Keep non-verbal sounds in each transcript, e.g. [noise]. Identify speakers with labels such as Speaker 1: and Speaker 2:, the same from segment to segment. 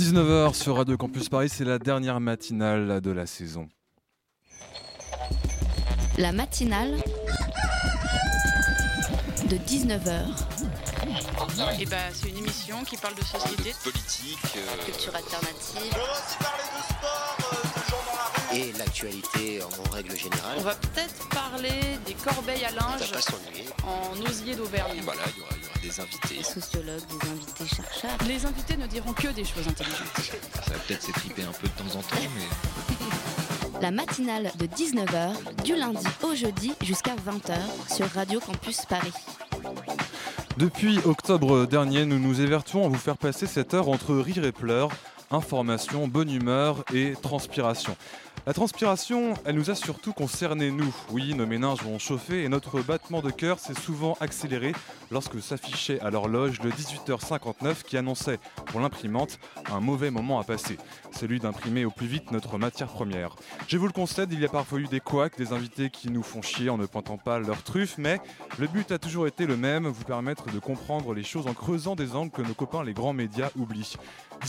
Speaker 1: 19h sur Radio Campus Paris, c'est la dernière matinale de la saison.
Speaker 2: La matinale de 19h.
Speaker 3: Et bah, c'est une émission qui parle de société,
Speaker 4: politique,
Speaker 2: Culture alternative.
Speaker 5: et l'actualité en règle générale.
Speaker 3: On va peut-être parler des corbeilles à
Speaker 5: On
Speaker 3: linge
Speaker 5: va pas s'ennuyer.
Speaker 3: en osier d'Auvergne.
Speaker 4: Voilà, il y aura, il y aura des invités.
Speaker 2: Sociologue, des invités chercheurs.
Speaker 3: Les invités ne diront que des choses intelligentes.
Speaker 4: Ça va peut-être s'étriper un peu de temps en temps, mais
Speaker 2: La matinale de 19h, du lundi au jeudi jusqu'à 20h sur Radio Campus Paris.
Speaker 1: Depuis octobre dernier, nous nous évertuons à vous faire passer cette heure entre rire et pleurs, information, bonne humeur et transpiration. La transpiration, elle nous a surtout concernés, nous. Oui, nos méninges vont chauffer et notre battement de cœur s'est souvent accéléré lorsque s'affichait à l'horloge le 18h59 qui annonçait, pour l'imprimante, un mauvais moment à passer, celui d'imprimer au plus vite notre matière première. Je vous le concède, il y a parfois eu des couacs, des invités qui nous font chier en ne pointant pas leur truffe, mais le but a toujours été le même, vous permettre de comprendre les choses en creusant des angles que nos copains les grands médias oublient.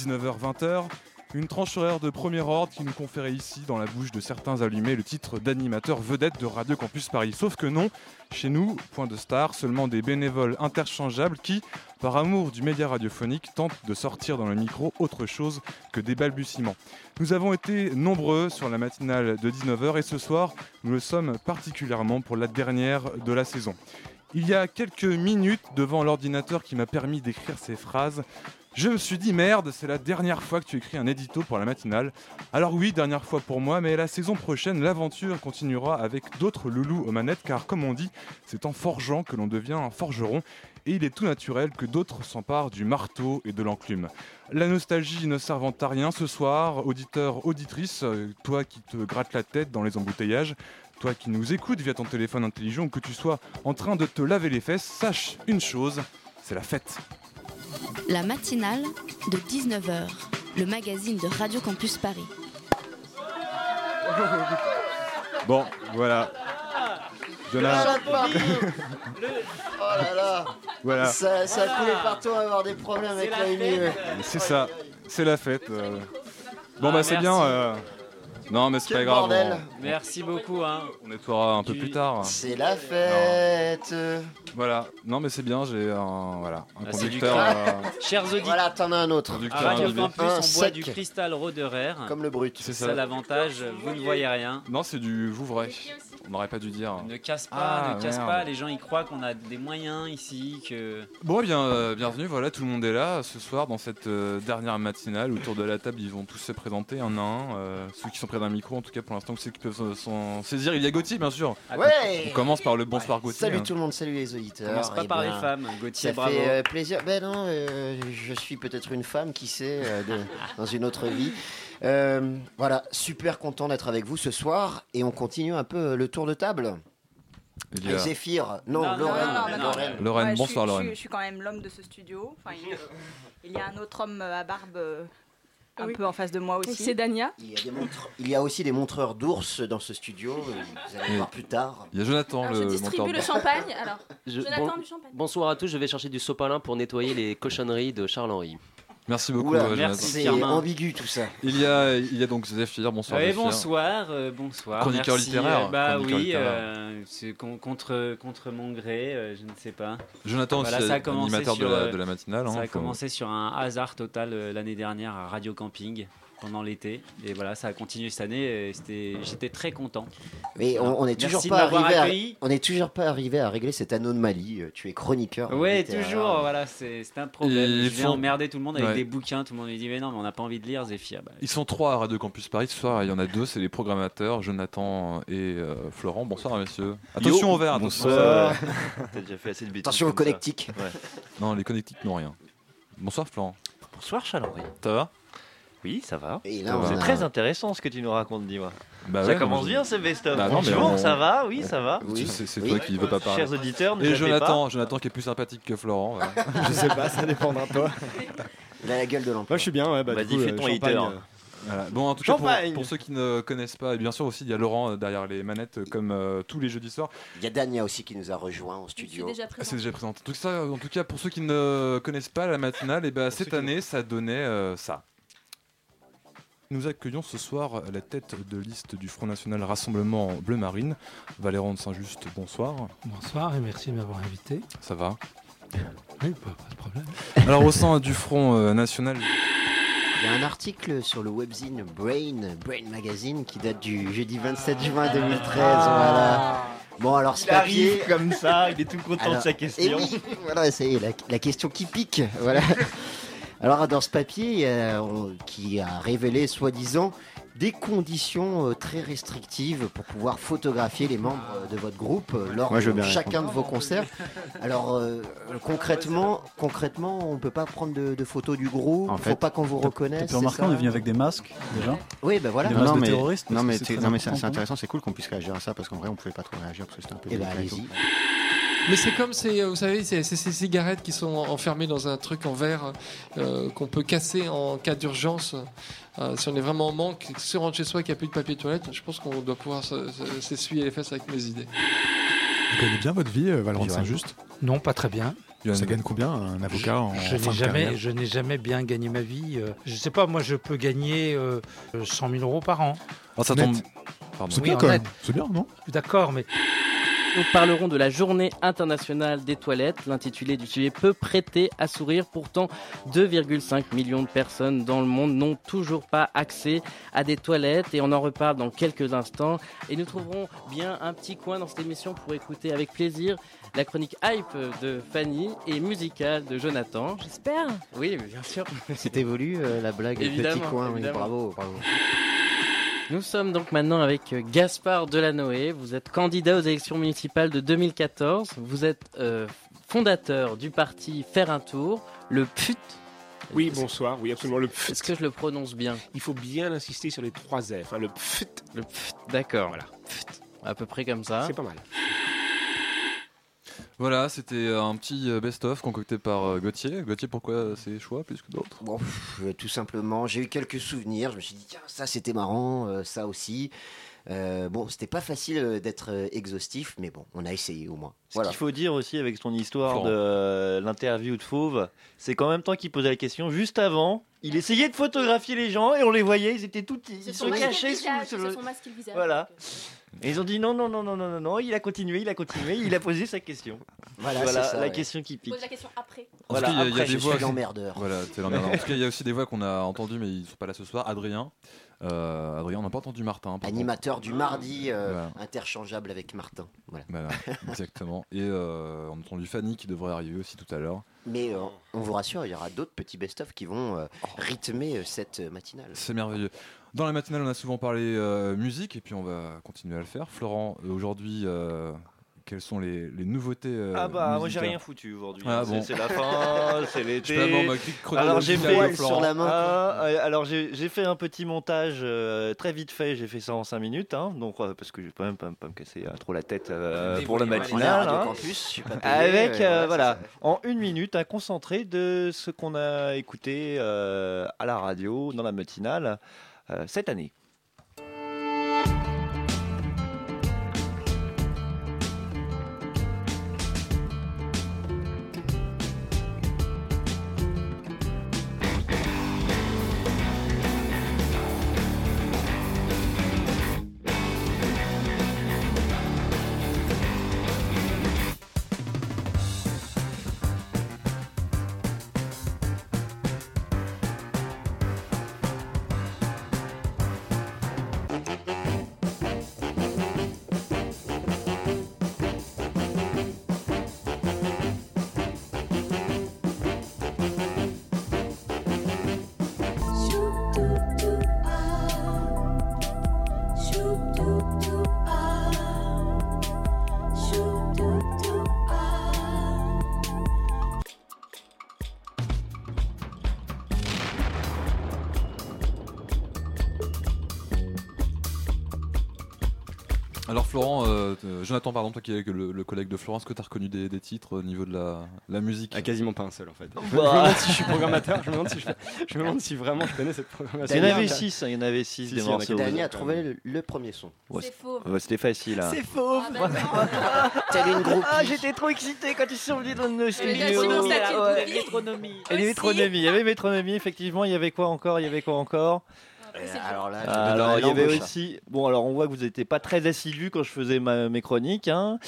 Speaker 1: 19h-20h, une tranche horaire de premier ordre qui nous conférait ici, dans la bouche de certains allumés, le titre d'animateur vedette de Radio Campus Paris. Sauf que non, chez nous, point de star, seulement des bénévoles interchangeables qui, par amour du média radiophonique, tentent de sortir dans le micro autre chose que des balbutiements. Nous avons été nombreux sur la matinale de 19h et ce soir, nous le sommes particulièrement pour la dernière de la saison. Il y a quelques minutes, devant l'ordinateur qui m'a permis d'écrire ces phrases, je me suis dit merde, c'est la dernière fois que tu écris un édito pour la matinale. Alors oui, dernière fois pour moi, mais la saison prochaine, l'aventure continuera avec d'autres loulous aux manettes, car comme on dit, c'est en forgeant que l'on devient un forgeron, et il est tout naturel que d'autres s'emparent du marteau et de l'enclume. La nostalgie ne servant à rien ce soir, auditeur, auditrice, euh, toi qui te grattes la tête dans les embouteillages, toi qui nous écoutes via ton téléphone intelligent, ou que tu sois en train de te laver les fesses, sache une chose, c'est la fête.
Speaker 2: La matinale de 19h, le magazine de Radio Campus Paris.
Speaker 1: Bon, voilà. Jonas,
Speaker 6: Paris
Speaker 1: [laughs]
Speaker 6: Oh là là
Speaker 1: voilà,
Speaker 6: ça, ça coule partout à avoir des problèmes avec la NUE.
Speaker 4: Ah,
Speaker 1: c'est ça, c'est la fête. euh. Bon bah
Speaker 7: Ah,
Speaker 1: c'est
Speaker 7: merci.
Speaker 1: bien. euh, Non mais c'est
Speaker 6: Quel
Speaker 1: pas grave,
Speaker 6: bordel.
Speaker 7: Merci beaucoup. Hein.
Speaker 1: on, on nettoiera un peu plus tard.
Speaker 6: C'est la fête
Speaker 1: Voilà, non mais c'est bien, j'ai un, voilà, un
Speaker 7: Ah, c'est du
Speaker 1: conducteur, euh,
Speaker 7: [laughs] Chers auditeurs,
Speaker 6: Voilà, t'en as un autre. Ah,
Speaker 1: Conducteur.
Speaker 7: à Radio
Speaker 1: Carrément.
Speaker 7: Campus, on boit
Speaker 6: Un
Speaker 7: du
Speaker 6: sec.
Speaker 7: cristal Roderer.
Speaker 6: Comme le brut.
Speaker 1: c'est
Speaker 7: C'est
Speaker 1: ça.
Speaker 7: ça l'avantage, vous ne voyez rien.
Speaker 1: Non c'est du Vouvray, on n'aurait pas dû dire.
Speaker 7: Ne casse pas,
Speaker 1: Ah,
Speaker 7: ne casse
Speaker 1: merde.
Speaker 7: pas, les gens y croient qu'on a des moyens ici, que...
Speaker 1: Bon, eh bien, euh, bienvenue, voilà, tout le monde est là ce soir dans cette euh, dernière matinale. Autour de la table, ils vont tous se présenter un à un. euh, ceux qui sont près d'un micro, en tout cas pour l'instant, ceux qui peuvent euh, s'en saisir. Il y a Gauthier, bien sûr. On
Speaker 6: Ah, Ouais
Speaker 1: commence par le bonsoir Gauthier. hein.
Speaker 6: Salut tout le monde, salut les auditeurs.
Speaker 7: commence pas
Speaker 6: Eh
Speaker 7: par
Speaker 6: ben,
Speaker 7: les femmes, Gauthier,
Speaker 6: Ça
Speaker 7: bravo.
Speaker 6: fait euh, plaisir. Ben non, euh, je suis peut-être une femme, qui sait, euh, de- [laughs] dans une autre vie. Euh, voilà, super content d'être avec vous ce soir et on continue un peu le tour de table.
Speaker 1: Il y a
Speaker 6: Zéphyr, non,
Speaker 7: Non, non,
Speaker 6: Lorraine,
Speaker 7: non, non, non.
Speaker 6: Lorraine.
Speaker 1: Lorraine,
Speaker 8: Ouais, je
Speaker 1: bonsoir
Speaker 8: suis- je
Speaker 1: Lorraine.
Speaker 8: suis- Je suis quand même l'homme de ce studio. Enfin, il, il y a un autre homme euh, à barbe euh, un
Speaker 9: Oui.
Speaker 8: peu en face de moi aussi.
Speaker 9: C'est Dania.
Speaker 6: Il y, a des montre- il y a aussi des montreurs d'ours dans ce studio, euh, vous allez voir plus tard.
Speaker 1: Il y a Jonathan,
Speaker 9: Alors, je
Speaker 10: Euh,
Speaker 1: le monteur.
Speaker 9: distribue
Speaker 1: de-
Speaker 9: le champagne.
Speaker 10: [laughs]
Speaker 9: Alors,
Speaker 11: Euh, [laughs] Je-
Speaker 9: Jonathan
Speaker 11: bon-
Speaker 9: du champagne.
Speaker 11: bonsoir à tous, je vais chercher du sopalin pour nettoyer les cochonneries de Charles-Henri.
Speaker 1: Merci beaucoup,
Speaker 6: Oula,
Speaker 1: euh,
Speaker 7: merci.
Speaker 1: Jonathan.
Speaker 6: C'est
Speaker 7: Pierre Main.
Speaker 6: ambigu tout ça.
Speaker 1: Il y a, il y a donc Zéphyr, bonsoir
Speaker 7: Ouais,
Speaker 1: Zéphyr.
Speaker 7: bonsoir, euh, bonsoir.
Speaker 1: Chroniqueur
Speaker 7: merci,
Speaker 1: littéraire,
Speaker 7: euh, Bah
Speaker 1: chroniqueur
Speaker 7: oui,
Speaker 1: littéraire.
Speaker 7: euh, c'est con- contre, contre mon gré, euh, je ne sais pas.
Speaker 1: Jonathan
Speaker 7: Voilà,
Speaker 1: aussi,
Speaker 7: ça a commencé
Speaker 1: animateur de
Speaker 7: sur,
Speaker 1: la,
Speaker 7: euh,
Speaker 1: de la matinale. hein,
Speaker 7: ça a
Speaker 1: faut-
Speaker 7: commencé sur un hasard total euh, l'année dernière à Radio Camping pendant l'été. Et voilà, ça a continué cette année et c'était- j'étais très content.
Speaker 6: Mais on, on est
Speaker 7: Merci
Speaker 6: toujours
Speaker 7: de
Speaker 6: pas
Speaker 7: m'avoir
Speaker 6: arrivé à-
Speaker 7: accueilli.
Speaker 6: on est toujours pas arrivé à régler cette anomalie. euh, Tu es chroniqueur.
Speaker 7: Ouais,
Speaker 6: littéraire.
Speaker 7: toujours, voilà, c'est c'est un problème.
Speaker 1: Ils
Speaker 7: je viens
Speaker 1: font-
Speaker 7: emmerder tout le monde avec
Speaker 1: Ouais.
Speaker 7: des bouquins, tout le monde me dit mais non, mais on n'a pas envie de lire Zephyr. Bah,
Speaker 1: Ils sont trois à Radio Campus Paris ce soir, il y en a deux, c'est les programmateurs, Jonathan et euh, Florent. Bonsoir messieurs. Attention au verre, attention. [laughs]
Speaker 6: Bonsoir.
Speaker 12: T'as déjà fait assez de bêtises.
Speaker 6: Attention au
Speaker 12: comme ça.
Speaker 6: collectique.
Speaker 1: Non, les connectiques n'ont rien. Bonsoir Florent.
Speaker 12: Bonsoir Charles-Henri.
Speaker 1: Ça va
Speaker 12: Oui, ça va.
Speaker 6: Et là, on
Speaker 12: C'est
Speaker 6: a-
Speaker 12: très intéressant ce que tu nous racontes, dis-moi.
Speaker 1: Bah
Speaker 12: ça
Speaker 1: ouais,
Speaker 12: commence
Speaker 1: non,
Speaker 12: bien ce best-of.
Speaker 1: Bah non, mais
Speaker 12: Bonjour,
Speaker 1: on-
Speaker 12: ça va Oui, ça va.
Speaker 1: Tu
Speaker 6: Oui.
Speaker 1: sais, C'est
Speaker 6: Oui.
Speaker 1: toi qui veux pas parler.
Speaker 12: Chers auditeurs, ne
Speaker 1: Et
Speaker 12: zappez
Speaker 1: Jonathan, Jonathan qui est plus sympathique que Florent. voilà.
Speaker 13: Je sais pas, ça dépendra pas. Moi
Speaker 6: Il a la gueule de l'emploi.
Speaker 13: je suis bien, ouais, bah,
Speaker 12: Bah,
Speaker 13: du
Speaker 12: dis,
Speaker 13: coup,
Speaker 12: fais
Speaker 13: euh,
Speaker 12: ton
Speaker 13: champagne,
Speaker 12: hater.
Speaker 13: euh,
Speaker 1: Voilà. Bon, en tout cas, pour,
Speaker 12: Champagne
Speaker 1: pour ceux qui ne connaissent pas, et bien sûr aussi, il y a Laurent euh, derrière les manettes, euh, comme euh, tous les jeudis soirs.
Speaker 6: Il y a Dania aussi qui nous a rejoint en
Speaker 9: Je suis
Speaker 6: studio.
Speaker 9: déjà
Speaker 1: Ah, C'est
Speaker 9: présente.
Speaker 1: déjà présenté. eh Tout ça, en tout cas, pour ceux qui ne connaissent pas la matinale, et ben cette année, ça donnait euh, ça. Nous accueillons ce soir la tête de liste du Front National Rassemblement Bleu Marine, Valéran de Saint-Just. Bonsoir.
Speaker 9: Bonsoir et merci de m'avoir invité.
Speaker 1: Ça va
Speaker 9: Oui, pas, pas de problème.
Speaker 1: Alors, au sein du Front euh, National.
Speaker 6: Il y a un article sur le webzine Brain, Brain Magazine, qui date du jeudi 27 juin 2013.
Speaker 7: Ah.
Speaker 6: Voilà. Bon, alors ce
Speaker 12: Il arrive
Speaker 6: papier-
Speaker 12: comme ça, il est tout content de
Speaker 6: Alors,
Speaker 12: sa question.
Speaker 6: eh oui, [laughs] voilà, ça y est, la, la question qui pique.
Speaker 14: [laughs]
Speaker 6: Voilà. Alors, dans ce papier euh, on- qui a révélé, soi-disant, des conditions euh, très restrictives pour pouvoir photographier les membres euh, de votre groupe euh, lors
Speaker 13: Moi, je veux
Speaker 6: de
Speaker 13: bien
Speaker 6: chacun
Speaker 13: répondre.
Speaker 6: de vos concerts. Alors, euh, concrètement, concrètement, on ne peut pas prendre de, de photos du groupe. Il ne faut pas qu'on vous
Speaker 14: t'as-
Speaker 6: reconnaisse.
Speaker 14: T'as pu
Speaker 6: c'est
Speaker 14: remarquer,
Speaker 6: ça
Speaker 14: on est venu avec des masques déjà.
Speaker 6: Oui, ben voilà.
Speaker 14: Des
Speaker 6: Non,
Speaker 14: masques
Speaker 6: non,
Speaker 14: de
Speaker 6: mais-
Speaker 14: terroristes. parce
Speaker 13: Non, mais,
Speaker 14: que
Speaker 13: t'es-
Speaker 14: très
Speaker 13: non, mais
Speaker 14: important,
Speaker 13: c'est c'est
Speaker 14: quoi.
Speaker 13: intéressant, c'est cool qu'on puisse réagir à ça parce qu'en vrai on pouvait pas trop réagir parce que c'était un peu.
Speaker 6: Eh ben,
Speaker 13: délicat et tout.
Speaker 6: allez-y.
Speaker 15: Mais c'est comme ces, euh, vous savez, c'est c'est ces cigarettes qui sont enfermées dans un truc en verre euh, qu'on peut casser en cas d'urgence. Euh, si on est vraiment en manque, si on rentre chez soi qu'il n'y a plus de papier toilette, je pense qu'on doit pouvoir se- se- s'essuyer les fesses avec mes idées.
Speaker 16: Vous gagnez bien votre vie, euh, Valérie de
Speaker 15: Johan.
Speaker 16: Saint-Just
Speaker 9: Non, pas très bien.
Speaker 16: Ça gagne combien un avocat en
Speaker 9: Je n'ai
Speaker 16: fin de
Speaker 9: jamais,
Speaker 16: carrière
Speaker 9: je n'ai jamais bien gagné ma vie. euh, Je sais pas, moi, je peux gagner euh, 100 000 euros par an.
Speaker 1: Alors, ça
Speaker 9: Net.
Speaker 1: tombe- Pardon.
Speaker 16: C'est
Speaker 9: Oui,
Speaker 16: bien
Speaker 9: en
Speaker 16: quand
Speaker 9: net.
Speaker 16: même. C'est bien, non
Speaker 9: D'accord, mais
Speaker 17: Nous parlerons de la journée internationale des toilettes. L'intitulé du sujet peut prêter à sourire. Pourtant, 2,5 millions de personnes dans le monde n'ont toujours pas accès à des toilettes. Et on en reparle dans quelques instants. Et nous trouverons bien un petit coin dans cette émission pour écouter avec plaisir la chronique hype de Fanny et musicale de Jonathan.
Speaker 18: J'espère.
Speaker 17: Oui, mais bien sûr.
Speaker 6: C'est évolué euh, la blague
Speaker 17: Évidemment,
Speaker 6: Petit Coin. oui,
Speaker 17: évidemment.
Speaker 1: Oh,
Speaker 6: bravo, bravo.
Speaker 17: Nous sommes donc maintenant avec euh, Gaspard Delanoë. Vous êtes candidat aux élections municipales de 2014. Vous êtes euh, fondateur du parti Faire un Tour, le PUT.
Speaker 19: Oui, bonsoir. Oui, absolument. Le pfft.
Speaker 17: Est-ce que je le prononce bien
Speaker 19: Il faut bien insister sur les trois F. hein, le pfft.
Speaker 17: Le pfft. D'accord. Voilà. À peu près comme ça.
Speaker 19: C'est pas mal.
Speaker 1: Voilà, c'était euh, un petit euh, best-of concocté par euh, Gauthier. Gauthier, pourquoi euh, ces choix plus que d'autres
Speaker 6: Bon, pff, euh, tout simplement, j'ai eu quelques souvenirs. Je me suis dit, tiens, ça c'était marrant, euh, ça aussi. Euh, bon, c'était pas facile euh, d'être euh, exhaustif, mais bon, on a essayé au moins.
Speaker 12: Ce qu'il faut dire aussi avec son histoire
Speaker 6: Florent.
Speaker 12: de euh, l'interview de Fauve, c'est qu'en même temps qu'il posait la question, juste avant, il essayait de photographier les gens et on les voyait, ils étaient tous, ils se cachaient sous, sous le- Voilà. Et ils ont dit non, non, non, non, non, non, non, il a continué, il a continué, il a posé sa question.
Speaker 6: Voilà, c'est ça,
Speaker 12: la
Speaker 6: ouais.
Speaker 12: question qui pique.
Speaker 18: Pose la question après.
Speaker 1: En tout
Speaker 12: Voilà,
Speaker 1: cas, il y a- il y a
Speaker 12: après,
Speaker 1: des
Speaker 12: je
Speaker 1: voix
Speaker 12: suis
Speaker 1: qui-
Speaker 12: l'emmerdeur.
Speaker 1: Voilà, t'es l'emmerdeur. En tout cas, il y a aussi des voix qu'on a entendues, mais ils sont pas là ce soir. Adrien, euh, Adrien, on n'a pas entendu Martin. par contre.
Speaker 6: Animateur du mardi, euh,
Speaker 1: Voilà.
Speaker 6: interchangeable avec Martin. Voilà.
Speaker 1: Voilà, exactement. Et euh, on a entendu Fanny qui devrait arriver aussi tout à l'heure.
Speaker 6: Mais euh, on vous rassure, il y aura d'autres petits best-of qui vont euh, rythmer euh, cette euh, matinale.
Speaker 1: Oh. C'est merveilleux. Dans la matinale, on a souvent parlé euh, musique et puis on va continuer à le faire. Florent, euh, aujourd'hui, euh, quelles sont les, les nouveautés euh,
Speaker 12: Ah bah, moi, j'ai
Speaker 1: musicales
Speaker 12: rien foutu aujourd'hui. hein.
Speaker 1: Ah
Speaker 12: C'est-
Speaker 1: bon. [laughs]
Speaker 12: c'est la fin, c'est l'été.
Speaker 1: Je peux avoir ma clique chronologique
Speaker 12: Alors j'ai
Speaker 1: avec
Speaker 12: fait
Speaker 1: le Florent. sur la main, quoi.
Speaker 12: Ah, euh, alors j'ai j'ai fait un petit montage euh, très vite fait. J'ai fait ça en 5 minutes, hein, donc euh, parce que je vais quand même pas, pas me casser euh, trop la tête euh,
Speaker 6: Mais
Speaker 12: pour
Speaker 6: oui,
Speaker 12: la
Speaker 6: voilà,
Speaker 12: matinale.
Speaker 6: Radio
Speaker 12: hein.
Speaker 6: Campus, je suis pas payé,
Speaker 12: Avec
Speaker 6: euh,
Speaker 12: euh, voilà,
Speaker 6: voilà,
Speaker 12: en une minute, un concentré de ce qu'on a écouté euh, à la radio dans la matinale euh, cette année.
Speaker 1: Alors Florent, euh, euh, Jonathan, pardon, toi qui es le, le collègue de Florent, est-ce que tu as reconnu des, des titres au niveau de la, la musique
Speaker 13: Ah, Quasiment pas un seul en fait.
Speaker 1: Bah.
Speaker 13: Je me demande si je suis programmateur, je me demande si, je, je me demande si vraiment je connais cette programmation.
Speaker 12: Il y en avait six, hein, il y en avait six des morceaux.
Speaker 6: Dany a trouvé le, le premier son.
Speaker 12: Ouais, C'est faux. ouais, C'était facile. hein.
Speaker 3: Ah,
Speaker 6: faux.
Speaker 3: ben
Speaker 12: [laughs] Telle une groupie.
Speaker 6: Ah,
Speaker 12: j'étais trop excité quand ils sont venus dans le
Speaker 18: La
Speaker 12: Et les métronomies, il y avait métronomie, effectivement, il y avait quoi encore, il y avait quoi encore
Speaker 6: alors
Speaker 1: Ah,
Speaker 6: là, je me
Speaker 12: Bah, Euh, Alors,
Speaker 6: donne
Speaker 12: il
Speaker 6: la
Speaker 12: y avait
Speaker 6: langue au chat.
Speaker 12: aussi. Bon, alors on voit que vous n'étiez pas très assidu quand je faisais ma- mes chroniques. hein.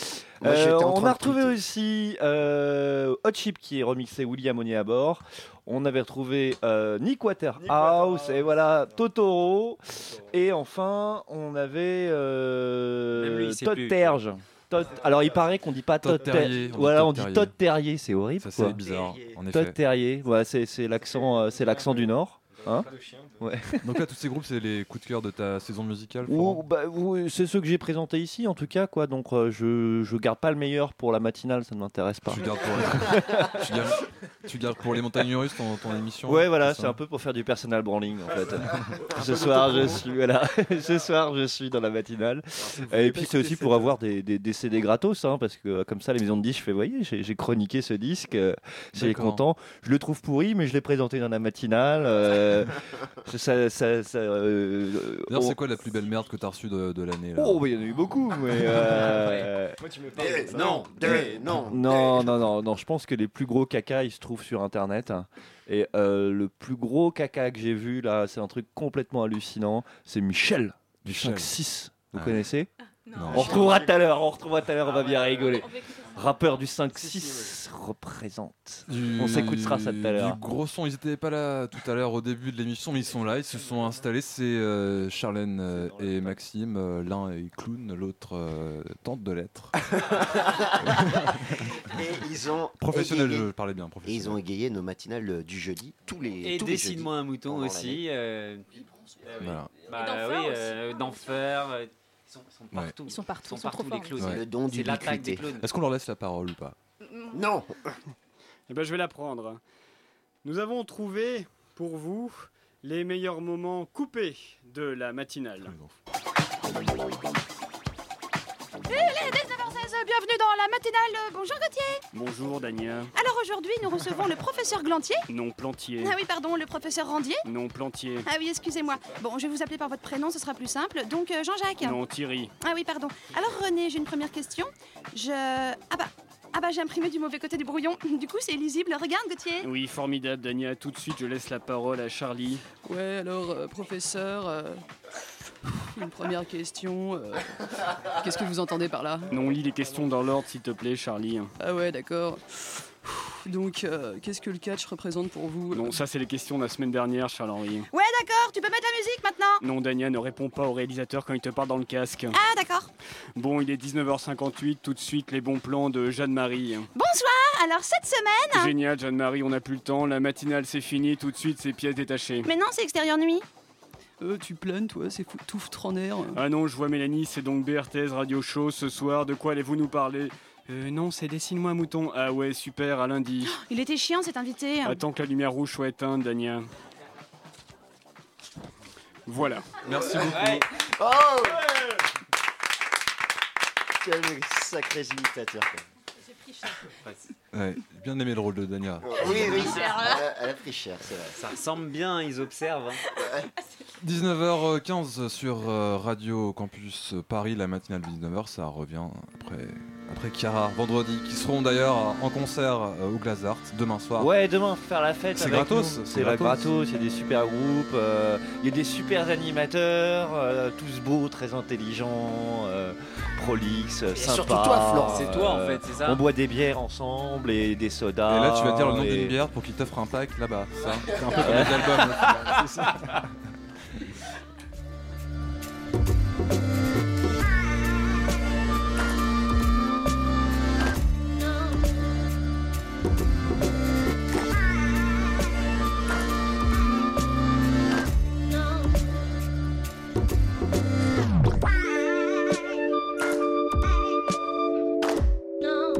Speaker 6: Moi, j'étais en
Speaker 12: on
Speaker 6: train de
Speaker 12: a retrouvé aussi euh, Hot Chip qui est remixé William Oné à bord. On avait retrouvé euh, Nick Waterhouse et voilà Totoro. Et enfin, on avait euh,
Speaker 19: Même lui, il sait
Speaker 12: Todd
Speaker 19: plus.
Speaker 12: Terge. Todd- alors, il paraît qu'on dit pas Todd,
Speaker 1: Todd
Speaker 12: Ter-
Speaker 1: Terrier, on dit
Speaker 12: Voilà,
Speaker 1: Todd
Speaker 12: on dit
Speaker 1: Terrier.
Speaker 12: Todd Terrier, c'est horrible.
Speaker 1: Ça, c'est
Speaker 12: quoi.
Speaker 1: bizarre, en effet.
Speaker 12: Todd Terrier, voilà, c'est c'est l'accent, euh, c'est l'accent du Nord. Hein ouais.
Speaker 1: Donc là, tous ces groupes, c'est les coups de cœur de ta saison musicale. Florent
Speaker 12: Ou- bah, ou- c'est ceux que j'ai présentés ici, en tout cas, quoi. Donc, euh, je, je garde pas le meilleur pour la matinale, ça ne m'intéresse pas.
Speaker 1: tu, gardes
Speaker 12: [laughs]
Speaker 1: pour... tu, gardes... tu gardes pour les montagnes russes ton, ton émission
Speaker 12: Ouais, voilà,
Speaker 1: ça
Speaker 12: c'est un peu pour faire du personal branding, en
Speaker 1: [laughs]
Speaker 12: fait. [laughs]
Speaker 1: peu
Speaker 12: ce soir, je
Speaker 1: d'autopromo.
Speaker 12: suis, voilà, [laughs] ce soir, je suis dans la matinale. Et puis, c'est aussi pour avoir des, des, des CD gratos, hein, parce que euh, comme ça, les maisons de disques, je fais, voyez, j'ai j'ai chroniqué ce disque, euh, j'ai
Speaker 1: D'accord.
Speaker 12: content. Je le trouve pourri, mais je l'ai présenté dans la matinale. euh,
Speaker 1: [laughs]
Speaker 12: ça, ça, ça, euh, on-
Speaker 1: D'ailleurs, c'est quoi la plus belle merde que t'as reçue de, de l'année là
Speaker 12: Oh, bah, il y en a eu beaucoup, [laughs] mais.
Speaker 13: [laughs]
Speaker 12: euh,
Speaker 13: Moi, tu me
Speaker 5: Eh,
Speaker 13: parles. comme ça.
Speaker 5: non, eh, non.
Speaker 12: non, non, non, non, je pense que les plus gros caca, ils se trouvent sur Internet. hein. Et euh, le plus gros caca que j'ai vu, là, c'est un truc complètement hallucinant. C'est Michel, du
Speaker 1: Michel.
Speaker 12: 5-6. Vous
Speaker 1: Ah.
Speaker 12: connaissez
Speaker 1: Non.
Speaker 12: On retrouvera tout à l'heure, on retrouvera tout à l'heure, on va bien rigoler. Rappeur du 5-6 représente.
Speaker 1: Du-
Speaker 12: On s'écoutera ça tout à l'heure.
Speaker 1: Du gros son, ils n'étaient pas là tout à l'heure au début de l'émission, mais ils sont là, ils se sont installés. C'est euh, Charlène euh, et Maxime. euh, L'un est clown, l'autre euh, tente de l'être.
Speaker 6: Ah, Et ils
Speaker 12: [laughs]
Speaker 6: ont
Speaker 1: Professionnel,
Speaker 6: égayé-
Speaker 1: je parlais bien, professionnel.
Speaker 6: Et ils ont égayé nos matinales euh, du jeudi, tous les
Speaker 7: Et
Speaker 6: tous les jeudis
Speaker 7: dessine-moi un mouton
Speaker 6: pendant
Speaker 7: aussi. euh,
Speaker 1: Voilà.
Speaker 7: bah,
Speaker 14: Et d'enfer
Speaker 7: oui,
Speaker 14: aussi.
Speaker 7: euh, d'enfer. euh, Ils sont, ils sont
Speaker 1: Ouais.
Speaker 7: partout.
Speaker 14: Ils sont partout,
Speaker 7: Ils
Speaker 14: ils
Speaker 7: sont
Speaker 14: sont trop
Speaker 7: partout les
Speaker 14: forts.
Speaker 7: clowns.
Speaker 6: Ouais. Le don
Speaker 7: C'est l'attaque des
Speaker 6: d'ubiquité.
Speaker 7: clowns.
Speaker 1: Est-ce qu'on leur laisse la parole ou pas
Speaker 6: Non.
Speaker 13: Eh ben, je vais la prendre. Nous avons trouvé pour vous les meilleurs moments coupés de la matinale.
Speaker 14: Il est 19h16, bienvenue dans la matinale. euh, Bonjour Gauthier.
Speaker 13: Bonjour Dania.
Speaker 14: Alors aujourd'hui, nous recevons le professeur Glantier.
Speaker 13: Non plantier.
Speaker 14: Ah oui, pardon, le professeur Randier.
Speaker 13: Non plantier.
Speaker 14: Ah oui, excusez-moi. Bon, je vais vous appeler par votre prénom, ce sera plus simple. Donc euh, Jean-Jacques.
Speaker 13: Non Thierry.
Speaker 14: Ah oui, pardon. Alors René, j'ai une première question. Je Ah bah ah bah j'ai imprimé du mauvais côté du brouillon. [laughs] Du coup, c'est illisible. Regarde Gauthier.
Speaker 13: Oui, formidable Dania. Tout de suite, je laisse la parole à Charlie.
Speaker 18: Ouais, alors, euh, professeur, euh, une première question. euh, Qu'est-ce que vous entendez par là
Speaker 13: Non, lis les questions dans l'ordre, s'il te plaît, Charlie.
Speaker 18: Ah ouais, d'accord. Donc, euh, qu'est-ce que le catch représente pour vous euh,
Speaker 13: Non, ça, c'est les questions de la semaine dernière, Charles-Henri.
Speaker 14: Ouais, d'accord, tu peux mettre la musique maintenant.
Speaker 13: Non, Dania, ne réponds pas au réalisateur quand il te parle dans le casque.
Speaker 14: Ah d'accord.
Speaker 13: Bon, il est 19h58, tout de suite, les bons plans de Jeanne-Marie.
Speaker 14: Bonsoir. Alors cette semaine
Speaker 13: Génial, Jeanne-Marie, on n'a plus le temps, la matinale, c'est fini, tout de suite, c'est pièces détachées.
Speaker 14: Mais non, c'est extérieur nuit.
Speaker 18: Euh, Tu planes, toi, c'est fou- tout foutre en air. euh.
Speaker 13: Ah non, je vois Mélanie, c'est donc BRTS Radio Show ce soir. De quoi allez-vous nous parler Euh, non, c'est Dessine-moi un mouton. Ah ouais, super, à lundi.
Speaker 18: Oh,
Speaker 14: Il était chiant cet invité.
Speaker 13: Attends que la lumière rouge soit éteinte, Dania. Voilà.
Speaker 1: Merci beaucoup.
Speaker 6: Oh Quel sacré imitateur.
Speaker 1: Ouais, j'ai bien aimé le rôle de Dania.
Speaker 6: Oui, oui, elle a- elle a pris cher, c'est vrai.
Speaker 7: Ça ressemble bien, ils observent. hein.
Speaker 1: 19h15 sur euh, Radio Campus Paris, la matinale de 19h, ça revient après, après Chiara, vendredi, qui seront d'ailleurs en concert euh, au Glazart demain soir.
Speaker 12: Ouais, demain, faire la fête.
Speaker 1: C'est
Speaker 12: avec
Speaker 1: gratos,
Speaker 12: nous.
Speaker 1: c'est
Speaker 12: C'est la
Speaker 1: gratos.
Speaker 12: gratos. Il y a des super groupes, euh, il y a des super animateurs, euh, tous beaux, très intelligents, euh, prolixes, sympas.
Speaker 7: surtout toi, Florent. C'est toi, en fait, c'est ça
Speaker 12: On boit des bières ensemble et des sodas.
Speaker 1: Et là, tu vas dire le nom
Speaker 12: et-
Speaker 1: d'une bière pour qu'il t'offre un pack là-bas.
Speaker 12: [laughs]
Speaker 1: Ça, C'est un peu comme les albums. là.
Speaker 12: Ah,
Speaker 1: C'est ça.
Speaker 14: Non.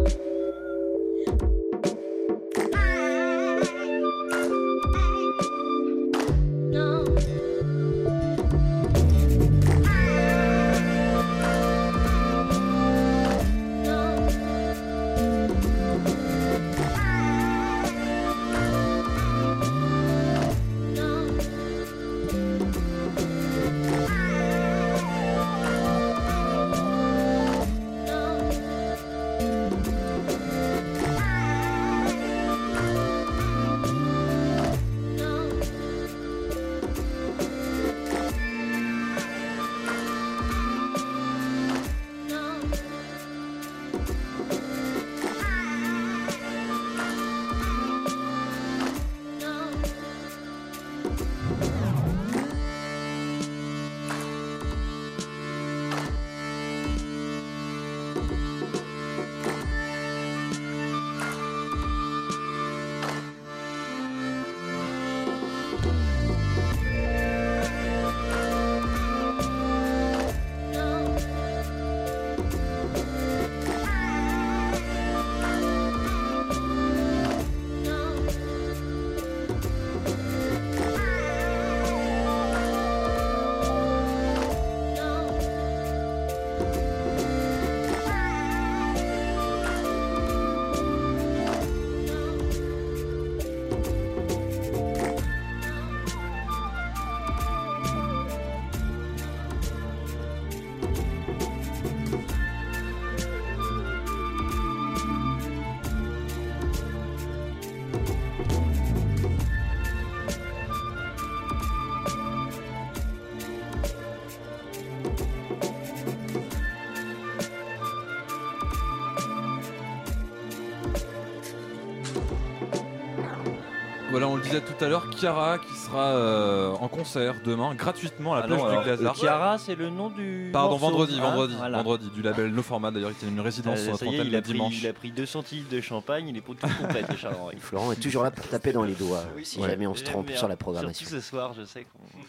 Speaker 1: Voilà, on le disait tout à l'heure, Chiara qui sera euh, en concert demain gratuitement à la
Speaker 12: Ah
Speaker 1: plage
Speaker 12: non,
Speaker 1: du
Speaker 12: alors,
Speaker 1: Glazard.
Speaker 12: euh, Chiara, c'est le nom du.
Speaker 1: Pardon,
Speaker 12: morceau,
Speaker 1: vendredi,
Speaker 12: hein,
Speaker 1: vendredi,
Speaker 12: voilà.
Speaker 1: vendredi, du label No Format d'ailleurs, qui était une résidence sur
Speaker 12: Ah,
Speaker 1: la
Speaker 12: ça y est,
Speaker 1: trentaine
Speaker 12: il,
Speaker 1: le
Speaker 12: a pris,
Speaker 1: dimanche.
Speaker 12: il a pris 200 centilitres de champagne, il est pour tout
Speaker 1: [laughs]
Speaker 12: hein, complète, le Charles-Henri.
Speaker 6: Florent est toujours là pour taper dans les doigts euh, si
Speaker 12: Ouais.
Speaker 6: jamais on se trompe
Speaker 12: J'aime
Speaker 6: sur la
Speaker 12: bien.
Speaker 6: programmation.
Speaker 12: Eh, Surtout ce soir, je sais qu'on.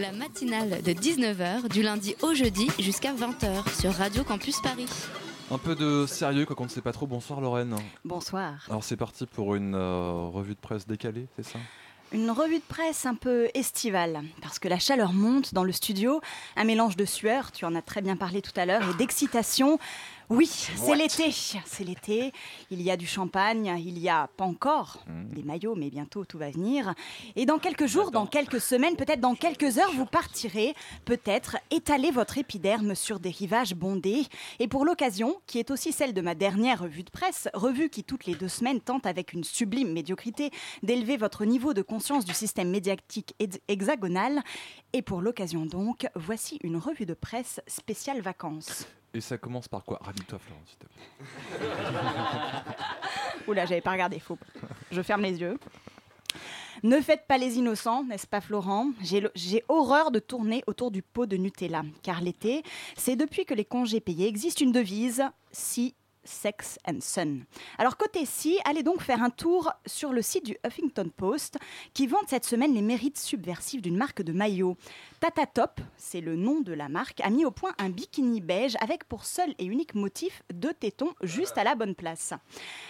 Speaker 2: La matinale de 19h du lundi au jeudi jusqu'à 20h sur Radio Campus Paris.
Speaker 1: Un peu de sérieux, quoi qu'on ne sait pas trop. Bonsoir Lorraine.
Speaker 8: Bonsoir.
Speaker 1: Alors c'est parti pour une euh, revue de presse décalée, c'est ça
Speaker 8: Une revue de presse un peu estivale, parce que la chaleur monte dans le studio, un mélange de sueur, tu en as très bien parlé tout à l'heure, et d'excitation. Oui, c'est
Speaker 14: What
Speaker 8: l'été, c'est l'été, il y a du champagne, il y a pas encore des maillots, mais bientôt tout va venir. Et dans quelques jours, dans quelques semaines, peut-être dans quelques heures, vous partirez, peut-être étaler votre épiderme sur des rivages bondés. Et pour l'occasion, qui est aussi celle de ma dernière revue de presse, revue qui toutes les deux semaines tente avec une sublime médiocrité d'élever votre niveau de conscience du système médiatique hexagonal hexagonal. Et pour l'occasion donc, voici une revue de presse spéciale vacances.
Speaker 1: Et ça commence par quoi Raville-toi Florent, s'il te plaît.
Speaker 8: [laughs] Oula, j'avais pas regardé, faux. Je ferme les yeux. Ne faites pas les innocents, n'est-ce pas Florent J'ai le- J'ai horreur de tourner autour du pot de Nutella, car l'été, c'est depuis que les congés payés existe une devise, si Sex and Sun. Alors côté si, allez donc faire un tour sur le site du Huffington Post qui vante cette semaine les mérites subversifs d'une marque de maillot. Tata Top, c'est le nom de la marque, a mis au point un bikini beige avec pour seul et unique motif deux tétons juste à la bonne place.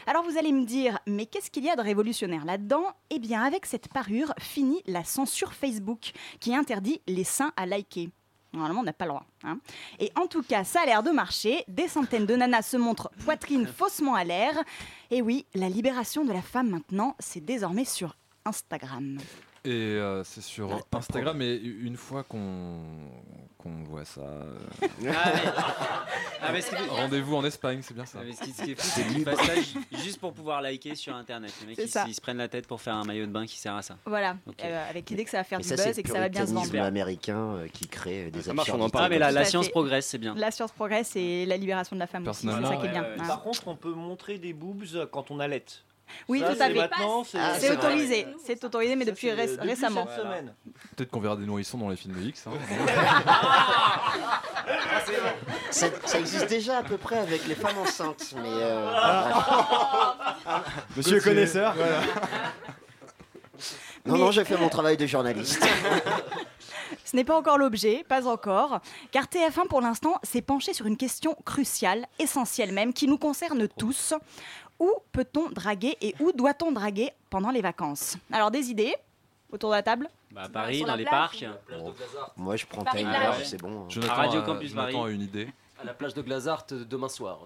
Speaker 8: Alors vous allez me dire, mais qu'est-ce qu'il y a de révolutionnaire là-dedans Eh bien avec cette parure finit la censure Facebook qui interdit les seins à liker. Normalement, on n'a pas le droit. hein. Et en tout cas, ça a l'air de marcher. Des centaines de nanas se montrent
Speaker 7: [laughs]
Speaker 8: poitrine faussement à l'air. Et oui, la libération de la femme maintenant, c'est désormais sur Instagram.
Speaker 1: Et euh, c'est sur Instagram, et une fois qu'on qu'on voit ça. euh,
Speaker 7: Ah, mais ce qui-
Speaker 1: Rendez-vous en Espagne, c'est bien ça.
Speaker 7: Ah, mais ce qui, ce qui est fou, c'est qu'ils passent là ju- juste pour pouvoir liker sur Internet. Les mecs,
Speaker 8: C'est
Speaker 7: ils,
Speaker 8: ça.
Speaker 7: ils se prennent la tête pour faire un maillot de bain qui sert à ça.
Speaker 8: Voilà,
Speaker 7: Ok.
Speaker 8: Euh, avec l'idée que ça va faire
Speaker 7: Mais
Speaker 8: du
Speaker 7: ça, c'est
Speaker 8: buzz et que ça va bien se vendre.
Speaker 6: Puritanisme américain euh, qui crée euh, des
Speaker 7: Ça marche, on en
Speaker 6: absurdités.
Speaker 7: parle. Ah, mais la-
Speaker 8: Tout
Speaker 7: la
Speaker 8: à fait.
Speaker 7: science progresse, c'est bien.
Speaker 8: La science progresse et la libération de la femme aussi, c'est ça qui est bien.
Speaker 12: Ouais, ouais.
Speaker 8: hein.
Speaker 12: Par contre, on peut montrer des boobs quand on allait.
Speaker 8: Oui,
Speaker 12: Ça,
Speaker 8: tout à
Speaker 12: c'est
Speaker 8: fait.
Speaker 12: maintenant, c'est-
Speaker 8: Ah,
Speaker 12: c'est
Speaker 8: C'est autorisé,
Speaker 12: vrai.
Speaker 8: c'est autorisé, mais
Speaker 12: Ça,
Speaker 8: depuis,
Speaker 12: c'est,
Speaker 8: ré-
Speaker 12: euh, depuis
Speaker 8: récemment.
Speaker 12: cette semaine.
Speaker 1: Peut-être qu'on verra des nourrissons dans les films de X. hein.
Speaker 7: Ah,
Speaker 6: Ça, ça existe déjà à peu près avec les femmes enceintes, mais. euh,
Speaker 12: Monsieur connaisseur.
Speaker 6: Voilà. Non, non, j'ai fait mon travail de journaliste.
Speaker 8: Ce n'est pas encore l'objet, pas encore, car TF1 pour l'instant s'est penché sur une question cruciale, essentielle même, qui nous concerne tous. Où peut-on draguer et où doit-on draguer pendant les vacances Alors des idées autour de la table
Speaker 7: Bah, à Paris,
Speaker 8: Sur
Speaker 7: dans
Speaker 8: la
Speaker 7: les
Speaker 8: plage,
Speaker 7: parcs.
Speaker 6: Moi, je prends
Speaker 8: Paris
Speaker 6: Time
Speaker 8: Plage.
Speaker 6: Warp, c'est bon. hein.
Speaker 1: Jonathan,
Speaker 11: Radio
Speaker 1: euh,
Speaker 11: Campus
Speaker 1: Jonathan
Speaker 11: Paris.
Speaker 1: a une idée.
Speaker 11: À la plage de Glazart euh, demain soir.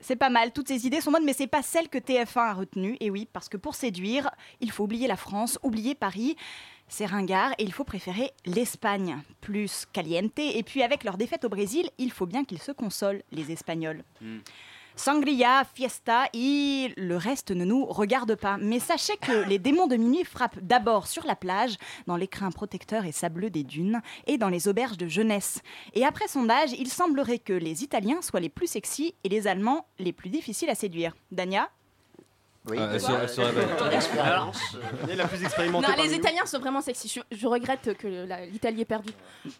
Speaker 8: C'est pas mal, toutes ces idées sont bonnes, mais c'est pas celle que TF1 a retenue. Et oui, parce que pour séduire, il faut oublier la France, oublier Paris. C'est ringard et il faut préférer l'Espagne, plus caliente. Et puis avec leur défaite au Brésil, il faut bien qu'ils se consolent, les Espagnols. Sangria, fiesta, et le reste ne nous regarde pas. Mais sachez que les démons de minuit frappent d'abord sur la plage, dans l'écrin protecteur et sableux des dunes, et dans les auberges de jeunesse. Et après sondage, il semblerait que les Italiens soient les plus sexy et les Allemands les plus difficiles à séduire. Dania
Speaker 6: Oui,
Speaker 1: Ah, elle se- elle se réveille.
Speaker 6: Expérience, euh,
Speaker 12: Elle est la plus
Speaker 20: Non,
Speaker 12: expérimentée.
Speaker 20: les
Speaker 12: parmi nous.
Speaker 20: Italiens sont vraiment sexy. Je, je regrette que la- l'Italie ait perdu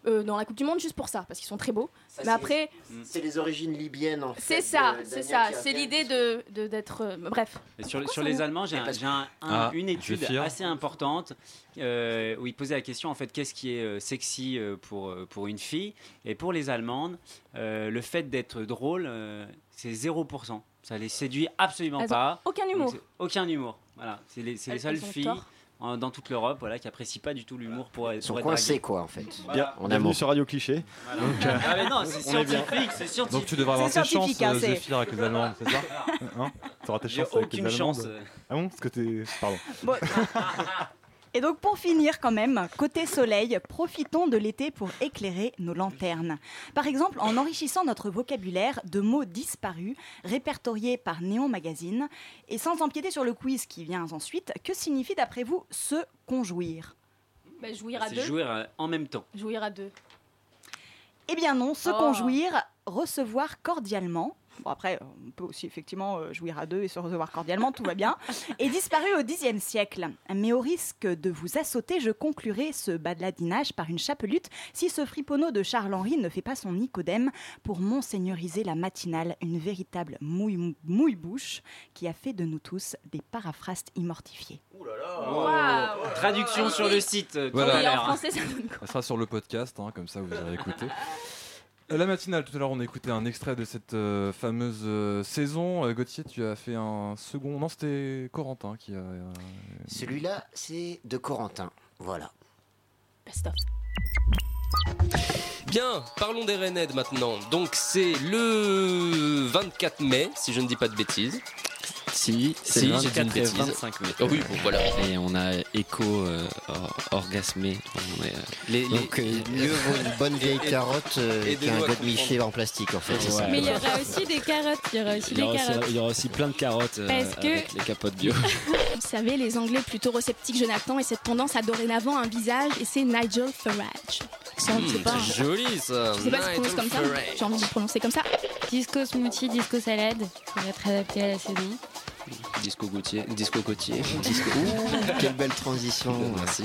Speaker 20: euh, dans la Coupe du Monde juste pour ça, parce qu'ils sont très beaux.
Speaker 6: Ça,
Speaker 20: Mais
Speaker 6: c'est- Mm.
Speaker 20: après,
Speaker 6: C'est les origines libyennes, en fait.
Speaker 20: c'est ça,
Speaker 6: de
Speaker 20: c'est
Speaker 6: Daniel
Speaker 20: ça.
Speaker 6: qui
Speaker 20: C'est
Speaker 6: revient.
Speaker 20: l'idée de de- d'être. euh, bref.
Speaker 7: Et sur, sur les Allemands,
Speaker 20: Eh,
Speaker 7: j'ai un- j'ai un- un-
Speaker 1: Ah,
Speaker 7: une étude
Speaker 1: Zéphyr.
Speaker 7: assez importante euh, où ils posaient la question en fait qu'est-ce qui est euh, sexy euh, pour, euh, pour une fille et pour les Allemandes euh, le fait d'être drôle euh, c'est 0% ça les séduit absolument
Speaker 20: Elles ont
Speaker 7: pas
Speaker 20: aucun
Speaker 7: Donc,
Speaker 20: humour.
Speaker 7: c'est- aucun humour voilà c'est les, c'est les
Speaker 20: Elles-
Speaker 7: seules
Speaker 20: elles ont
Speaker 7: filles
Speaker 20: tort.
Speaker 7: en- dans toute l'Europe voilà qui apprécient pas du tout l'humour pour,
Speaker 6: Ils sont
Speaker 7: pour être
Speaker 6: coincés,
Speaker 7: draguées.
Speaker 6: quoi, en fait.
Speaker 7: Voilà.
Speaker 6: En
Speaker 12: Bienvenue
Speaker 6: amour.
Speaker 12: sur Radio Cliché.
Speaker 7: Voilà. Ah, mais non, c'est
Speaker 12: On est bien.
Speaker 7: scientifique, c'est scientifique.
Speaker 1: Donc tu devras avoir
Speaker 7: C'est
Speaker 1: tes chances,
Speaker 7: scientifique, hein,
Speaker 1: euh,
Speaker 7: c'est-
Speaker 1: Zéphyr, avec les Allemands, c'est ça hein T'auras tes
Speaker 7: J'ai
Speaker 1: chances avec les
Speaker 7: aucune
Speaker 1: Allemands
Speaker 7: chance.
Speaker 16: Ah bon Parce que t'es. Pardon.
Speaker 8: Et donc pour finir quand même, côté soleil, profitons de l'été pour éclairer nos lanternes. Par exemple en enrichissant notre vocabulaire de mots disparus répertoriés par Néon Magazine et sans empiéter sur le quiz qui vient ensuite, que signifie d'après vous se conjouir
Speaker 20: Bah, jouir à
Speaker 7: c'est
Speaker 20: deux.
Speaker 7: jouer euh, en même temps
Speaker 20: Jouir à deux.
Speaker 8: Eh bien non, se
Speaker 20: Oh.
Speaker 8: conjouir, recevoir cordialement, Bon, après, on peut aussi effectivement euh, jouir à deux et se recevoir cordialement, tout va bien. Est disparu au Xe siècle. Mais au risque de vous assauter, je conclurai ce badaladinage par une chapelute si ce friponneau de Charles-Henri ne fait pas son Nicodème pour monseigneuriser la matinale, une véritable mouille- mouille-bouche qui a fait de nous tous des paraphrastes immortifiés.
Speaker 20: Waouh.
Speaker 7: Traduction sur le site. euh, tout à l'heure.
Speaker 1: Elle sera sur le podcast, hein, comme ça vous irez écouter. Euh, La matinale, tout à l'heure, on écoutait un extrait de cette euh, fameuse euh, saison. Euh, Gauthier, tu as fait un second. Non, c'était Corentin qui a. euh,
Speaker 5: Celui-là, c'est de Corentin. Voilà.
Speaker 20: Best of.
Speaker 11: Bien, parlons des Rennaides maintenant. Donc c'est le 24 mai, si je ne dis pas de bêtises.
Speaker 10: Si,
Speaker 11: Si,
Speaker 10: c'est
Speaker 11: j'ai
Speaker 10: le 24
Speaker 11: dit une
Speaker 10: et
Speaker 11: bêtise.
Speaker 10: 25 mai.
Speaker 11: Ah oui, bon, voilà.
Speaker 10: Et on a écho euh, or- orgasmé. On est, euh,
Speaker 6: Donc, euh, mieux vaut une bonne vieille carotte euh,
Speaker 10: et
Speaker 6: qu'un
Speaker 10: aidez-nous à
Speaker 6: godemiché en plastique, en fait. c'est ça.
Speaker 21: Mais il y aura aussi des carottes. Il y aura aussi
Speaker 10: il y, aura
Speaker 21: des
Speaker 10: aussi,
Speaker 21: carottes.
Speaker 10: il y aura aussi plein de carottes euh,
Speaker 20: Parce que-
Speaker 10: avec les
Speaker 7: [laughs]
Speaker 10: capotes bio.
Speaker 20: Vous savez, les Anglais plutôt réceptifs, Jonathan, et cette tendance a dorénavant un visage, et c'est Nigel Farage. Ça, on ne sait
Speaker 10: Hmm,
Speaker 20: pas.
Speaker 10: c'est joli ça.
Speaker 20: Je sais pas si on prononce comme ça, mais j'ai envie de le prononcer comme ça.
Speaker 21: Disco smoothie, disco salade pour être adapté à la saison.
Speaker 10: Disco Gautier, Disco Gautier, [laughs] Disco.
Speaker 6: Quelle belle transition.
Speaker 10: [laughs] Merci.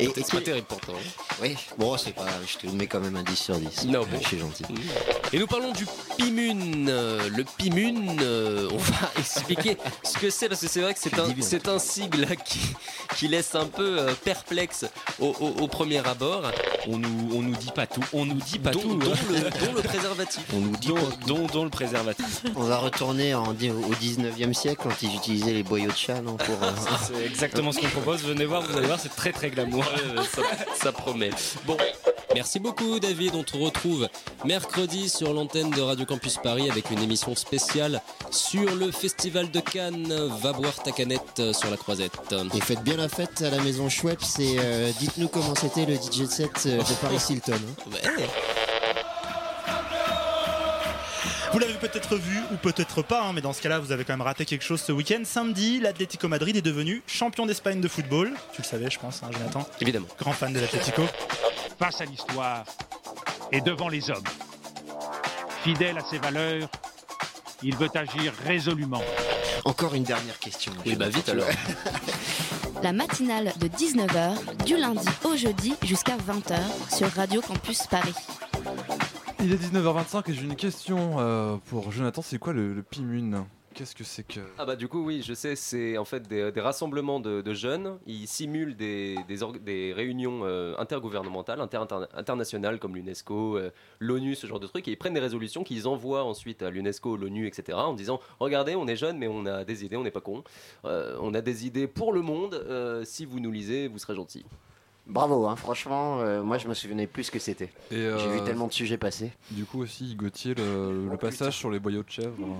Speaker 6: Et,
Speaker 10: C'est pas terrible hein. pourtant.
Speaker 6: Oui, bon, c'est pas. Je te mets quand même un 10 sur 10. Non, Je suis gentil.
Speaker 10: Mm.
Speaker 11: Et nous parlons du Pimune. Euh, Le Pimune, euh, on va [laughs] expliquer ce que c'est parce que c'est vrai que c'est un, c'est un sigle qui, qui laisse un peu euh, perplexe au, au- au premier abord.
Speaker 10: On nous, on nous dit pas tout. On nous dit
Speaker 11: pas
Speaker 10: tout.
Speaker 11: Dont le, dont le préservatif.
Speaker 10: On nous dit dont, dont, dont le préservatif.
Speaker 6: On va retourner en, di- au 19e siècle quand ils utilisaient les boyaux de chat,
Speaker 10: [laughs]
Speaker 6: non pour, euh,
Speaker 10: C'est exactement ce qu'on propose. Venez voir, vous allez voir, c'est très très glamour.
Speaker 11: ça, ça promet.
Speaker 10: Bon,
Speaker 11: Merci beaucoup David, on te retrouve mercredi sur l'antenne de Radio Campus Paris avec une émission spéciale sur le Festival de Cannes. Va boire ta canette sur la croisette.
Speaker 6: Et faites bien la fête à la maison Chouette, c'est euh, dites-nous comment c'était le DJ set euh, de Paris Hilton. hein.
Speaker 22: Vous l'avez peut-être vu ou peut-être pas, hein, mais dans ce cas-là, vous avez quand même raté quelque chose ce week-end. Samedi, l'Atlético Madrid est devenu champion d'Espagne de football. Tu le savais, je pense, hein, Jonathan.
Speaker 11: Évidemment.
Speaker 22: Grand fan de l'Atlético.
Speaker 23: face à l'histoire et devant les hommes. Fidèle à ses valeurs, il veut agir résolument.
Speaker 6: Encore une dernière question.
Speaker 10: Oui, bah vite
Speaker 6: [laughs]
Speaker 10: alors.
Speaker 2: La matinale de 19h, du lundi au jeudi jusqu'à 20h sur Radio Campus Paris.
Speaker 1: Il est 19h25 et j'ai une question euh, pour Jonathan. C'est quoi le, le Pimune Qu'est-ce que c'est que.
Speaker 11: Ah bah du coup oui, je sais, c'est en fait des, des rassemblements de, de jeunes, ils simulent des, des org- des réunions euh, intergouvernementales, inter- interna- internationales comme l'UNESCO, euh, l'ONU, ce genre de trucs, et ils prennent des résolutions qu'ils envoient ensuite à l'UNESCO, l'ONU, etc. en disant, regardez, on est jeunes, mais on a des idées, on n'est pas cons, Euh, on a des idées pour le monde, euh, si vous nous lisez, vous serez gentils.
Speaker 6: Bravo, hein, franchement, euh, moi je me souvenais plus ce que c'était.
Speaker 1: Et, euh,
Speaker 6: J'ai vu tellement de sujets passer. Oh,
Speaker 1: Du coup, aussi, Gauthier, le, le passage sur les boyaux de chèvre. euh,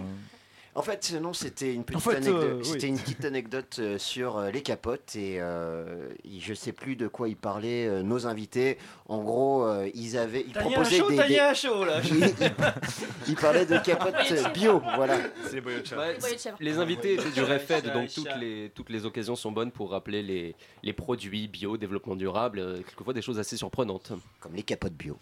Speaker 6: En fait, non, c'était une petite
Speaker 1: En fait,
Speaker 6: anecdote,
Speaker 1: euh, oui.
Speaker 6: c'était une petite anecdote euh, sur euh, les capotes et euh, il- je sais plus de quoi ils parlaient euh, nos invités. En gros, euh, ils avaient, ils
Speaker 12: T'as mis un
Speaker 6: proposaient
Speaker 12: chaud,
Speaker 6: des,
Speaker 12: t'as
Speaker 6: des-
Speaker 12: mis un chaud, là.
Speaker 6: [laughs] ils, ils parlaient de capotes euh, bio, voilà.
Speaker 12: C'est les boyaux de chèvre.
Speaker 11: Ouais,
Speaker 12: Les boyaux de chèvre.
Speaker 13: Ah,
Speaker 11: les invités étaient du REFED,
Speaker 12: Ouais,
Speaker 11: donc
Speaker 12: chat.
Speaker 11: toutes les, toutes les occasions sont bonnes pour rappeler les, les produits bio, développement durable, euh, quelquefois des choses assez surprenantes.
Speaker 6: Comme les capotes bio.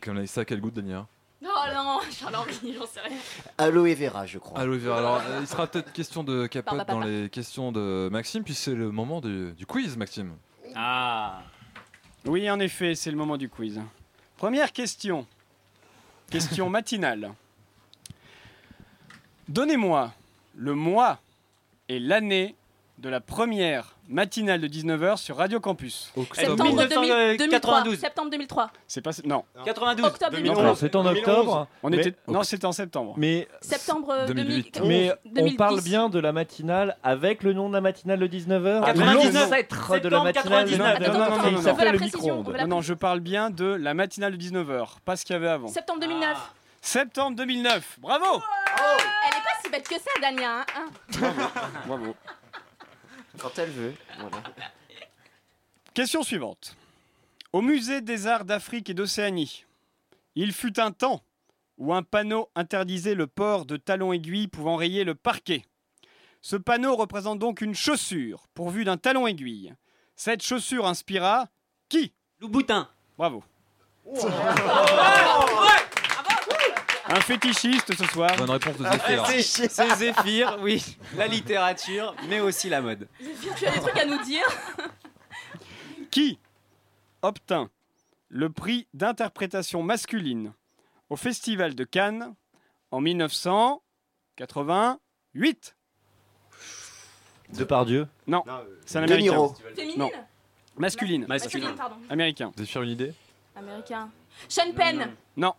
Speaker 1: Comme ça, quel goût, Dania
Speaker 20: Oh non, Charles-Henri, j'en sais rien.
Speaker 6: Aloe vera, je crois.
Speaker 1: Aloe vera. Alors, euh, il sera peut-être question de
Speaker 20: Barba
Speaker 1: capote dans
Speaker 20: papa.
Speaker 1: les questions de Maxime, puis c'est le moment du, du quiz, Maxime.
Speaker 13: Ah Oui, en effet, c'est le moment du quiz. Première question.
Speaker 12: [laughs]
Speaker 13: Question matinale. Donnez-moi le mois et l'année de la première matinale de 19h sur Radio Campus.
Speaker 20: Septembre
Speaker 13: euh,
Speaker 20: Ah, 2000 2003. Septembre 2003.
Speaker 13: C'est pas... Non.
Speaker 20: 92. Octobre 2011.
Speaker 13: Non,
Speaker 12: C'est en octobre,
Speaker 13: On
Speaker 12: mais-
Speaker 13: était... Non, c'était en septembre.
Speaker 12: Mais,
Speaker 20: Septembre euh, 2008.
Speaker 12: mais on
Speaker 20: 2010.
Speaker 12: parle bien de la matinale avec le nom de la matinale le 19h.
Speaker 13: Ah,
Speaker 12: l'ancêtre de la matinale.
Speaker 13: Non, non, non, non, non,
Speaker 12: Il
Speaker 13: non.
Speaker 12: s'appelait le micro-ondes.
Speaker 13: Non, non, je parle bien de la matinale de 19h, pas ce qu'il y avait avant.
Speaker 20: Septembre 2009.
Speaker 13: Septembre 2009, bravo
Speaker 20: Elle est pas si bête que ça, Dania. hein, hein.
Speaker 13: Bravo.
Speaker 6: Quand elle veut.
Speaker 13: Question suivante. Au musée des arts d'Afrique et d'Océanie, il fut un temps où un panneau interdisait le port de talons aiguilles pouvant rayer le parquet. Ce panneau représente donc une chaussure pourvue d'un talon aiguille. Cette chaussure inspira qui Louboutin. Bravo. Un fétichiste ce soir.
Speaker 1: Bonne réponse de
Speaker 7: Ah, c'est- C'est Zéphyr, oui. La littérature, mais aussi la mode.
Speaker 20: Zéphyr, tu as des trucs à nous dire
Speaker 13: Qui obtint le prix d'interprétation masculine au Festival de Cannes en 1988
Speaker 12: De par Dieu.
Speaker 13: Non,
Speaker 12: Non, euh,
Speaker 13: c'est
Speaker 12: De
Speaker 13: un américain.
Speaker 12: Niro.
Speaker 20: Féminine
Speaker 13: Non. Masculine.
Speaker 20: Masculine. Masculine, pardon.
Speaker 13: Américain.
Speaker 1: Zéphyr une idée
Speaker 20: Américain. Sean Penn,
Speaker 13: Non.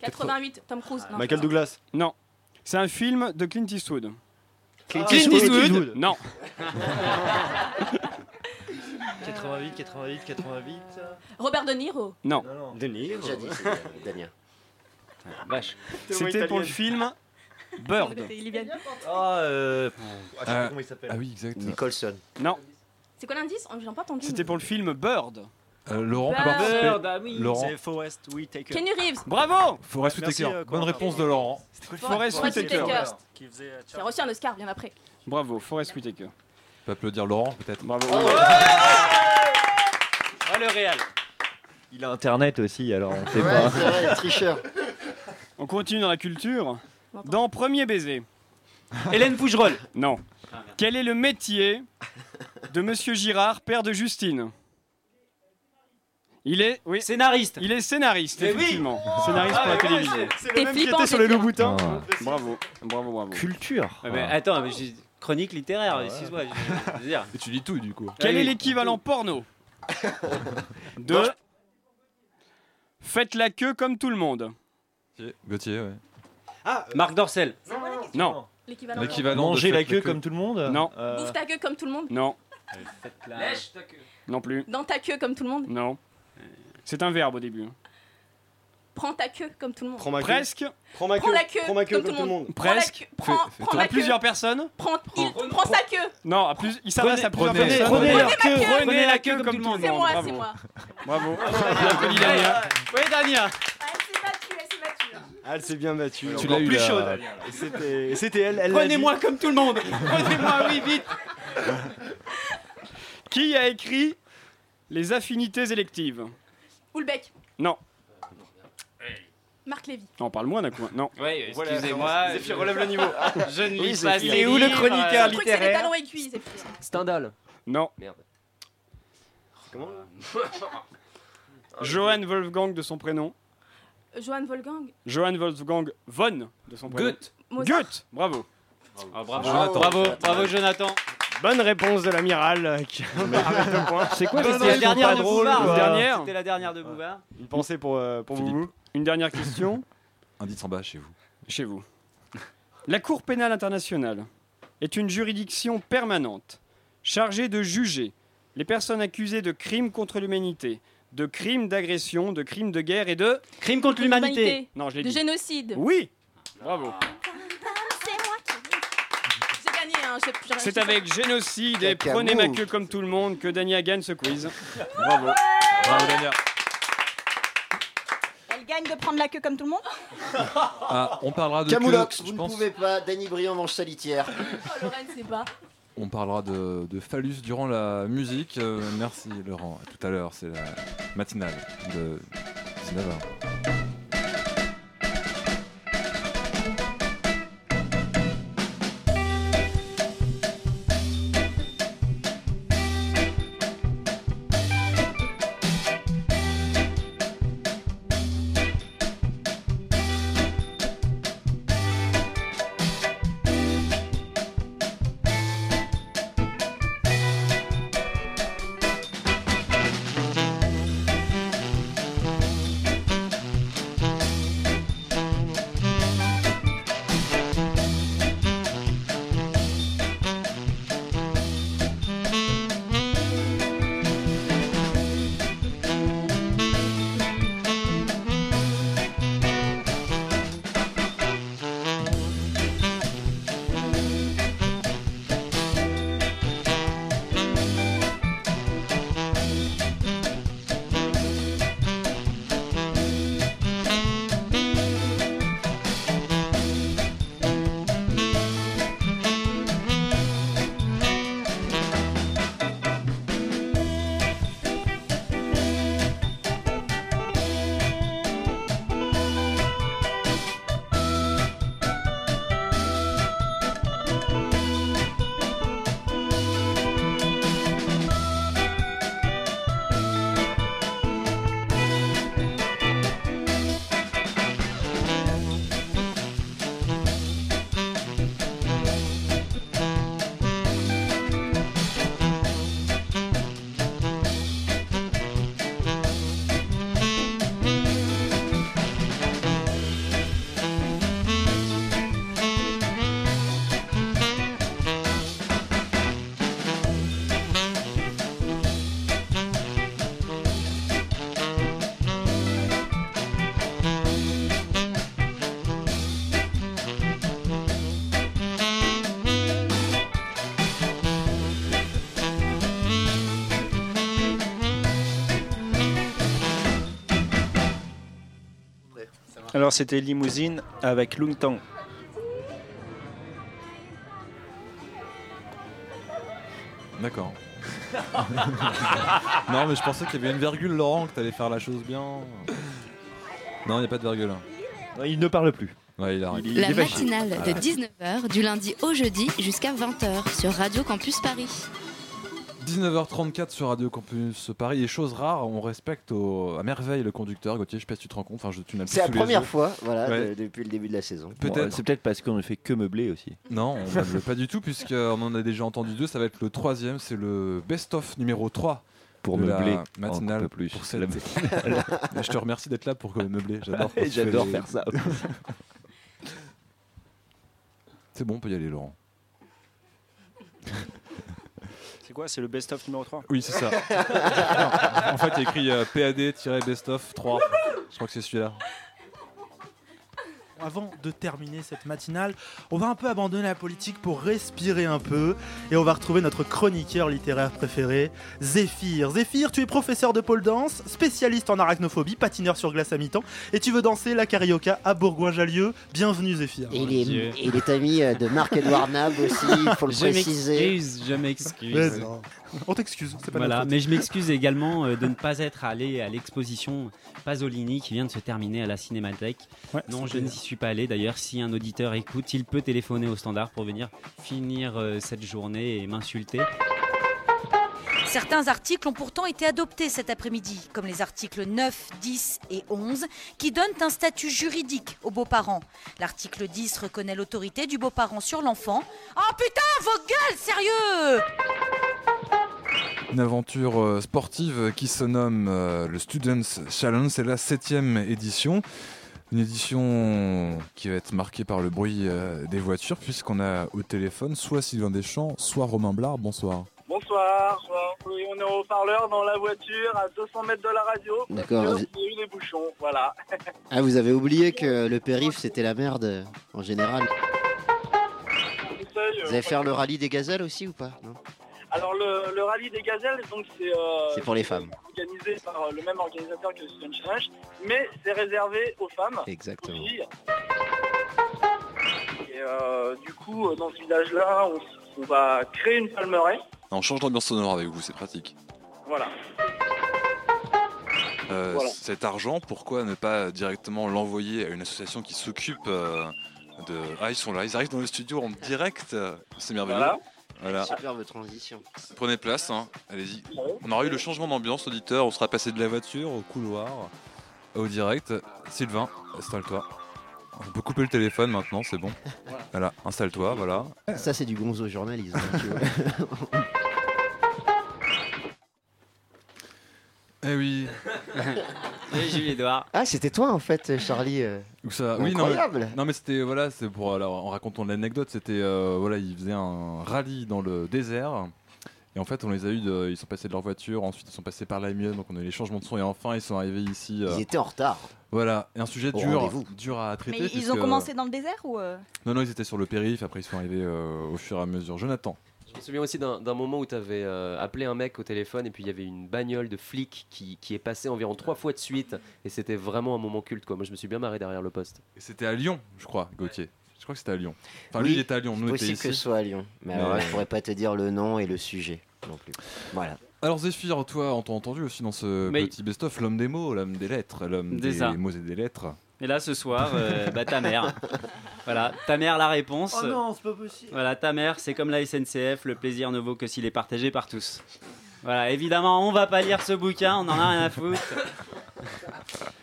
Speaker 20: 88. Tom Cruise. non.
Speaker 13: Douglas Non. C'est un film de Clint Eastwood.
Speaker 12: Clint Eastwood. [laughs]
Speaker 13: Non.
Speaker 12: 88, 88, 88.
Speaker 20: [laughs] Robert De Niro.
Speaker 13: Non.
Speaker 12: Denis. euh,
Speaker 24: J'ai dit, c'est Damien.
Speaker 12: Vache.
Speaker 13: C'était pour le
Speaker 20: [laughs]
Speaker 13: film Bird.
Speaker 20: Il est bien.
Speaker 12: Ah, euh. Ah, je sais
Speaker 13: Euh,
Speaker 12: pas comment il s'appelle.
Speaker 1: Ah oui, exact.
Speaker 12: Nicholson.
Speaker 13: Non.
Speaker 20: C'est quoi l'indice Oh, J'ai pas entendu.
Speaker 13: C'était pour le film Bird.
Speaker 1: Euh, Laurent
Speaker 20: peut Bird, participer. ah oui.
Speaker 1: Laurent.
Speaker 12: C'est Forest Whitaker.
Speaker 20: Kenny Reeves.
Speaker 13: Bravo
Speaker 1: Forest
Speaker 12: Merci,
Speaker 1: Whitaker.
Speaker 12: euh,
Speaker 1: Bonne
Speaker 12: Corentin.
Speaker 1: réponse de Laurent.
Speaker 13: Forest
Speaker 20: Forest
Speaker 13: Whitaker.
Speaker 20: Whitaker.
Speaker 1: euh,
Speaker 20: Qui a reçu un Oscar bien après.
Speaker 13: Bravo, Forest Whitaker.
Speaker 1: On peut applaudir Laurent peut-être.
Speaker 13: Bravo.
Speaker 7: Oh, le Real.
Speaker 12: Il a internet aussi, alors on sait
Speaker 13: Ouais,
Speaker 12: pas.
Speaker 13: c'est vrai, tricheur. On continue dans la culture. Dans Premier baiser. Hélène Pougerol. Non. Quel est le métier de Monsieur Girard, père de Justine il est oui.
Speaker 7: scénariste.
Speaker 13: Il est scénariste,
Speaker 7: Mais oui.
Speaker 13: effectivement. Scénariste
Speaker 7: Ah,
Speaker 13: pour la
Speaker 7: mais ouais,
Speaker 13: télévision.
Speaker 7: c'est- c'est le T'es même qui flippant, était sur les Zéphyr. Loups-Boutins.
Speaker 6: Ah.
Speaker 13: Bravo, bravo, bravo.
Speaker 12: Culture.
Speaker 7: Ouais, Ah, mais attends, mais j'ai- chronique littéraire,
Speaker 6: Ah,
Speaker 13: ouais.
Speaker 7: excuse-moi. je- je veux
Speaker 10: [laughs]
Speaker 7: dire.
Speaker 1: Et tu lis tout du coup.
Speaker 13: Quel
Speaker 7: Ah
Speaker 13: est
Speaker 7: oui.
Speaker 13: l'équivalent porno de Faites la queue comme tout le monde
Speaker 1: Gauthier, ouais.
Speaker 20: Ah, euh,
Speaker 7: Marc Dorcel.
Speaker 13: Non.
Speaker 20: L'équivalent.
Speaker 1: L'équivalent de Faites
Speaker 12: le monde
Speaker 13: Non.
Speaker 20: Bouffe ta queue comme tout le monde.
Speaker 13: Euh, Non.
Speaker 20: Lèche ta queue.
Speaker 13: Non plus.
Speaker 20: Dans ta queue comme tout le monde.
Speaker 13: Non. C'est un verbe au début. hein.
Speaker 20: Prends ta queue comme tout le monde.
Speaker 13: Presque.
Speaker 20: Prends la queue. comme tout le monde. Prends la
Speaker 13: Presque.
Speaker 20: queue- Prends,
Speaker 13: Fait-
Speaker 20: prends
Speaker 13: à
Speaker 20: la queue.
Speaker 13: plusieurs personnes.
Speaker 20: Prends, il- prends sa queue.
Speaker 13: Non, à plus, il s'adresse à plusieurs
Speaker 1: prenez-
Speaker 13: personnes.
Speaker 1: prenez leur
Speaker 13: Prenez
Speaker 1: queue,
Speaker 13: Prenez la queue comme tout le monde.
Speaker 20: C'est moi,
Speaker 13: Bravo.
Speaker 20: c'est moi.
Speaker 13: Bravo.
Speaker 20: [laughs]
Speaker 13: Bien joli, Damien. Oui, Damien.
Speaker 22: Ah, elle s'est bien battue.
Speaker 1: Tu l'as eu,
Speaker 22: plus
Speaker 1: la-
Speaker 22: chaude. Et c'était- Et c'était elle. elle l'a
Speaker 7: Prenez-moi
Speaker 22: dit.
Speaker 7: comme tout le monde. Prenez-moi, oui, vite.
Speaker 13: Qui a écrit Les affinités électives
Speaker 20: Houlbeck.
Speaker 13: Non.
Speaker 20: Marc Lévy.
Speaker 13: On parle moins d'un coup. hein. Non.
Speaker 7: Ouais,
Speaker 22: Voilà,
Speaker 7: excusez-moi.
Speaker 22: Zéphyr,
Speaker 7: je-
Speaker 22: relève le niveau.
Speaker 7: [laughs] Je ne
Speaker 22: Oui,
Speaker 7: lis pas.
Speaker 22: Zéphyr.
Speaker 7: ces
Speaker 22: Et où le
Speaker 7: livres,
Speaker 22: chroniqueur
Speaker 7: euh,
Speaker 20: Je crois que c'est les talons aiguilles. c'est plus ça.
Speaker 13: Stendhal. Non.
Speaker 25: Merde.
Speaker 22: Comment
Speaker 20: Euh,
Speaker 13: Johann Wolfgang de son prénom.
Speaker 20: Johan Wolfgang.
Speaker 13: Johann Wolfgang von de son prénom.
Speaker 7: Goethe.
Speaker 20: Mozart.
Speaker 13: Goethe. Bravo.
Speaker 7: Ah, bravo, Jonathan. Bravo, bravo, Jonathan.
Speaker 22: Bonne réponse de l'amiral. euh, qui-
Speaker 7: [laughs]
Speaker 22: avec deux points.
Speaker 13: C'est quoi,
Speaker 22: Bonne
Speaker 7: C'était
Speaker 13: c'est
Speaker 7: la
Speaker 22: réponse
Speaker 7: dernière
Speaker 22: pas
Speaker 7: de
Speaker 22: drôle,
Speaker 7: Bouvard.
Speaker 22: bah,
Speaker 13: dernière
Speaker 7: C'était la dernière de Bouvard.
Speaker 22: Une pensée pour, euh, pour vous.
Speaker 13: Une dernière question
Speaker 1: Indice en bas chez vous.
Speaker 13: chez vous. La Cour pénale internationale est une juridiction permanente chargée de juger les personnes accusées de crimes contre l'humanité, de crimes d'agression, de crimes de guerre et de
Speaker 7: Crime contre l'humanité.
Speaker 13: Non, je l'ai
Speaker 20: De
Speaker 13: dit.
Speaker 20: génocide.
Speaker 13: Oui. Bravo.
Speaker 20: J'ai gagné. Hein. j'ai- j'ai-
Speaker 13: C'est avec génocide et
Speaker 6: Caca
Speaker 13: prenez ma
Speaker 6: mou.
Speaker 13: queue comme tout le monde que Dania gagne ce quiz. Bravo. Bravo Dania.
Speaker 8: Elle gagne de prendre la queue comme tout le monde
Speaker 1: Ah, on parlera de
Speaker 6: Camoulox,
Speaker 1: queue,
Speaker 6: vous
Speaker 1: je
Speaker 6: ne
Speaker 1: pense.
Speaker 6: pouvez pas. Danny Briand mange sa litière.
Speaker 20: Oh, Lorraine, c'est bas.
Speaker 1: On parlera de, de phallus durant la musique. Euh, merci Laurent. À tout à l'heure, c'est la matinale de 19h.
Speaker 26: Thank
Speaker 9: Alors c'était Limousine avec Lungtang.
Speaker 6: [laughs]
Speaker 1: D'accord. [laughs] non, mais je pensais qu'il y avait une virgule, Laurent, que t'allais faire la chose bien. Non, il n'y a pas de virgule.
Speaker 12: Il ne parle plus.
Speaker 1: Ouais, il arrête.
Speaker 2: La matinale de 19h du lundi au jeudi jusqu'à 20h sur Radio Campus Paris.
Speaker 1: 19h34 sur Radio Campus Paris et chose rare, on respecte au- à merveille le conducteur Gauthier. Je sais pas si tu te rends compte, enfin, je, tu n'as plus
Speaker 6: C'est la
Speaker 1: sous les
Speaker 6: première
Speaker 1: yeux.
Speaker 6: fois, voilà,
Speaker 1: Ouais.
Speaker 6: de- depuis le début de la saison.
Speaker 1: Peut-être.
Speaker 12: C'est peut-être parce qu'on ne fait que meubler aussi.
Speaker 1: Non, on ne le pas du tout, puisqu'on en a déjà entendu deux. Ça va être le troisième, c'est le best-of numéro 3.
Speaker 12: Pour
Speaker 1: de la
Speaker 12: meubler
Speaker 1: matinale
Speaker 12: encore plus.
Speaker 1: pour cette-
Speaker 12: La
Speaker 1: [laughs]
Speaker 12: matinale.
Speaker 1: Je te remercie d'être là pour meubler.
Speaker 6: [laughs]
Speaker 1: J'adore. quand tu
Speaker 12: J'adore
Speaker 1: fais les-
Speaker 12: faire ça.
Speaker 1: [laughs] C'est bon, on peut y aller, Laurent.
Speaker 9: C'est quoi C'est le best-of numéro 3
Speaker 1: Oui, c'est ça. [laughs] Non, en fait, il y a écrit euh, PAD-best-of 3. Je crois que c'est celui-là.
Speaker 22: Avant de terminer cette matinale, on va un peu abandonner la politique pour respirer un peu et on va retrouver notre chroniqueur littéraire préféré, Zéphyr. Zéphyr, tu es professeur de pole dance, spécialiste en arachnophobie, patineur sur glace à mi-temps et tu veux danser la carioca à Bourgoin-Jallieu. Bienvenue Zéphyr.
Speaker 6: Et il est, et il est ami euh, de Marc-Edouard Nab aussi, il faut le
Speaker 7: Je
Speaker 6: préciser.
Speaker 7: m'excuse, je m'excuse.
Speaker 6: [laughs] Mais non. On t'excuse, c'est pas
Speaker 7: Voilà,
Speaker 6: notre faute.
Speaker 7: mais je
Speaker 6: [laughs]
Speaker 7: m'excuse également euh, de ne pas être allé à l'exposition Pasolini qui vient de se terminer à la Cinémathèque. non, je
Speaker 9: plaisir.
Speaker 7: n'y suis pas allé. D'ailleurs, si un auditeur écoute, il peut téléphoner au standard pour venir finir euh, cette journée et m'insulter.
Speaker 15: Certains articles ont pourtant été adoptés cet après-midi, comme les articles 9, 10 et 11, qui donnent un statut juridique aux beaux-parents. L'article 10 reconnaît l'autorité du beau-parent sur l'enfant. Oh putain, vos gueules, sérieux
Speaker 1: Une aventure euh, sportive qui se nomme euh, le Students Challenge. C'est la septième édition. Une édition qui va être marquée par le bruit euh, des voitures, puisqu'on a au téléphone soit Sylvain Deschamps, soit Romain Blard. Bonsoir.
Speaker 17: Bonsoir. Oui, on est au parleur dans la voiture à 200 mètres de la radio. parce
Speaker 6: D'accord,
Speaker 17: que
Speaker 6: vas-y.
Speaker 17: Il y a eu des bouchons, voilà.
Speaker 6: Ah, vous avez oublié que le périph' c'était la merde euh, en général. Vous allez faire le rallye des gazelles aussi ou pas Non.
Speaker 17: Alors le, le rallye des gazelles, donc c'est euh,
Speaker 6: C'est pour les femmes.
Speaker 17: organisé par euh, le même organisateur que le Stone Challenge, mais c'est réservé aux femmes, aux
Speaker 6: Exactement.
Speaker 17: filles. Et euh, du coup, euh, dans ce village-là, on, s- on va créer une palmeraie.
Speaker 1: On change d'ambiance sonore avec vous, c'est pratique.
Speaker 17: Voilà. Voilà.
Speaker 1: Euh, Cet argent, pourquoi ne pas directement l'envoyer à une association qui s'occupe euh, de. Ah, ils sont là, ils arrivent dans le studio en direct. C'est merveilleux.
Speaker 6: Voilà. Superbe transition.
Speaker 1: Prenez place, hein. allez-y. On aura eu le changement d'ambiance auditeur, on sera passé de la voiture au couloir, au direct. Sylvain, installe-toi. On peut couper le téléphone maintenant, c'est bon.
Speaker 6: Voilà.
Speaker 1: Voilà, installe-toi, voilà.
Speaker 6: Ça c'est du gonzo journalisme. tu vois.
Speaker 1: [laughs]
Speaker 6: [laughs]
Speaker 1: Eh oui.
Speaker 7: Et Jules-Édouard.
Speaker 6: ah, c'était toi en fait, Charlie. euh.
Speaker 1: Ou ça- oui, non,
Speaker 6: Incroyable.
Speaker 1: mais, non, mais c'était voilà, c'est pour alors, en racontant l'anecdote, c'était euh, voilà, ils faisaient un rallye dans le désert. Et en fait, on les a eu, de- ils sont passés de leur voiture, ensuite ils sont passés par la mienne, donc on a eu les changements de son, et enfin ils sont arrivés ici. euh,
Speaker 6: Ils étaient en retard.
Speaker 1: Voilà, et un sujet
Speaker 6: Au
Speaker 1: dur,
Speaker 6: rendez-vous.
Speaker 1: dur à
Speaker 8: Mais
Speaker 1: traiter.
Speaker 8: ils ont
Speaker 1: puisque-
Speaker 8: commencé dans le désert ou euh
Speaker 1: Non, non, ils étaient sur le périph', après ils sont arrivés euh, au fur et à mesure. Jonathan.
Speaker 11: Je me souviens aussi d'un d'un moment où tu avais appelé un mec au téléphone et puis il y avait une bagnole de flic qui, qui est passée environ trois fois de suite et c'était vraiment un moment culte quoi. Moi je me suis bien marré derrière le poste.
Speaker 1: Et c'était à Lyon, je crois, Gauthier. Je crois que c'était à Lyon. Enfin, lui, il était à Lyon,
Speaker 6: c'est
Speaker 1: nous on était
Speaker 6: possible
Speaker 1: ici.
Speaker 6: que ce soit à Lyon. Mais alors là, je pourrais pas te dire le nom et le sujet non plus. Voilà.
Speaker 1: Alors Zéphyr, toi, on t'a entendu aussi dans ce
Speaker 7: Oui.
Speaker 1: petit best-of, l'homme des mots, l'homme des lettres, l'homme
Speaker 7: Des
Speaker 1: des,
Speaker 7: arts.
Speaker 1: mots et des lettres.
Speaker 7: Et là, ce soir, euh, bah, ta [laughs] mère. Voilà, ta mère la réponse.
Speaker 12: Oh non, c'est pas possible.
Speaker 7: Voilà, ta mère, c'est comme la SNCF, le plaisir ne vaut que s'il est partagé par tous. Voilà, évidemment, on va pas lire ce bouquin, on en a rien à foutre.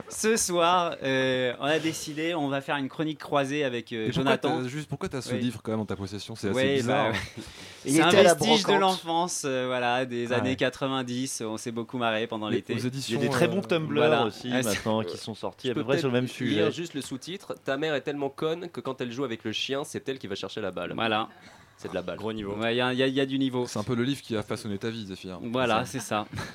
Speaker 7: Ce soir, euh, on a décidé, on va faire une chronique croisée avec euh,
Speaker 1: Et pourquoi
Speaker 7: Jonathan.
Speaker 1: t'as- juste pourquoi t'as ce
Speaker 7: Oui.
Speaker 1: livre quand même en ta possession C'est assez
Speaker 7: Ouais, bah,
Speaker 1: bizarre. [laughs]
Speaker 7: ouais.
Speaker 1: Il
Speaker 7: C'est un
Speaker 1: était à la
Speaker 7: vestige de
Speaker 1: brocante.
Speaker 7: l'enfance, euh, voilà, des
Speaker 1: Ah Ouais.
Speaker 7: années 90. On s'est beaucoup marré pendant
Speaker 12: Les-
Speaker 7: l'été.
Speaker 12: aux éditions, Il y a des très bons euh, Tumblr
Speaker 7: Voilà.
Speaker 12: aussi,
Speaker 7: Ah, c'est-
Speaker 12: maintenant, qui sont sortis
Speaker 7: Je
Speaker 12: à peu
Speaker 7: peux
Speaker 12: près sur le même
Speaker 7: peut-être
Speaker 12: sujet.
Speaker 7: lire
Speaker 11: Lire juste le sous-titre Ta mère est tellement conne que quand elle joue avec le chien, c'est elle qui va chercher la balle.
Speaker 7: Voilà.
Speaker 11: C'est de la balle.
Speaker 7: Gros niveau. Il y, a- y a- y a du niveau.
Speaker 1: C'est un peu le livre qui a façonné ta vie, Zéphyr.
Speaker 7: Voilà, c'est ça.
Speaker 1: [laughs]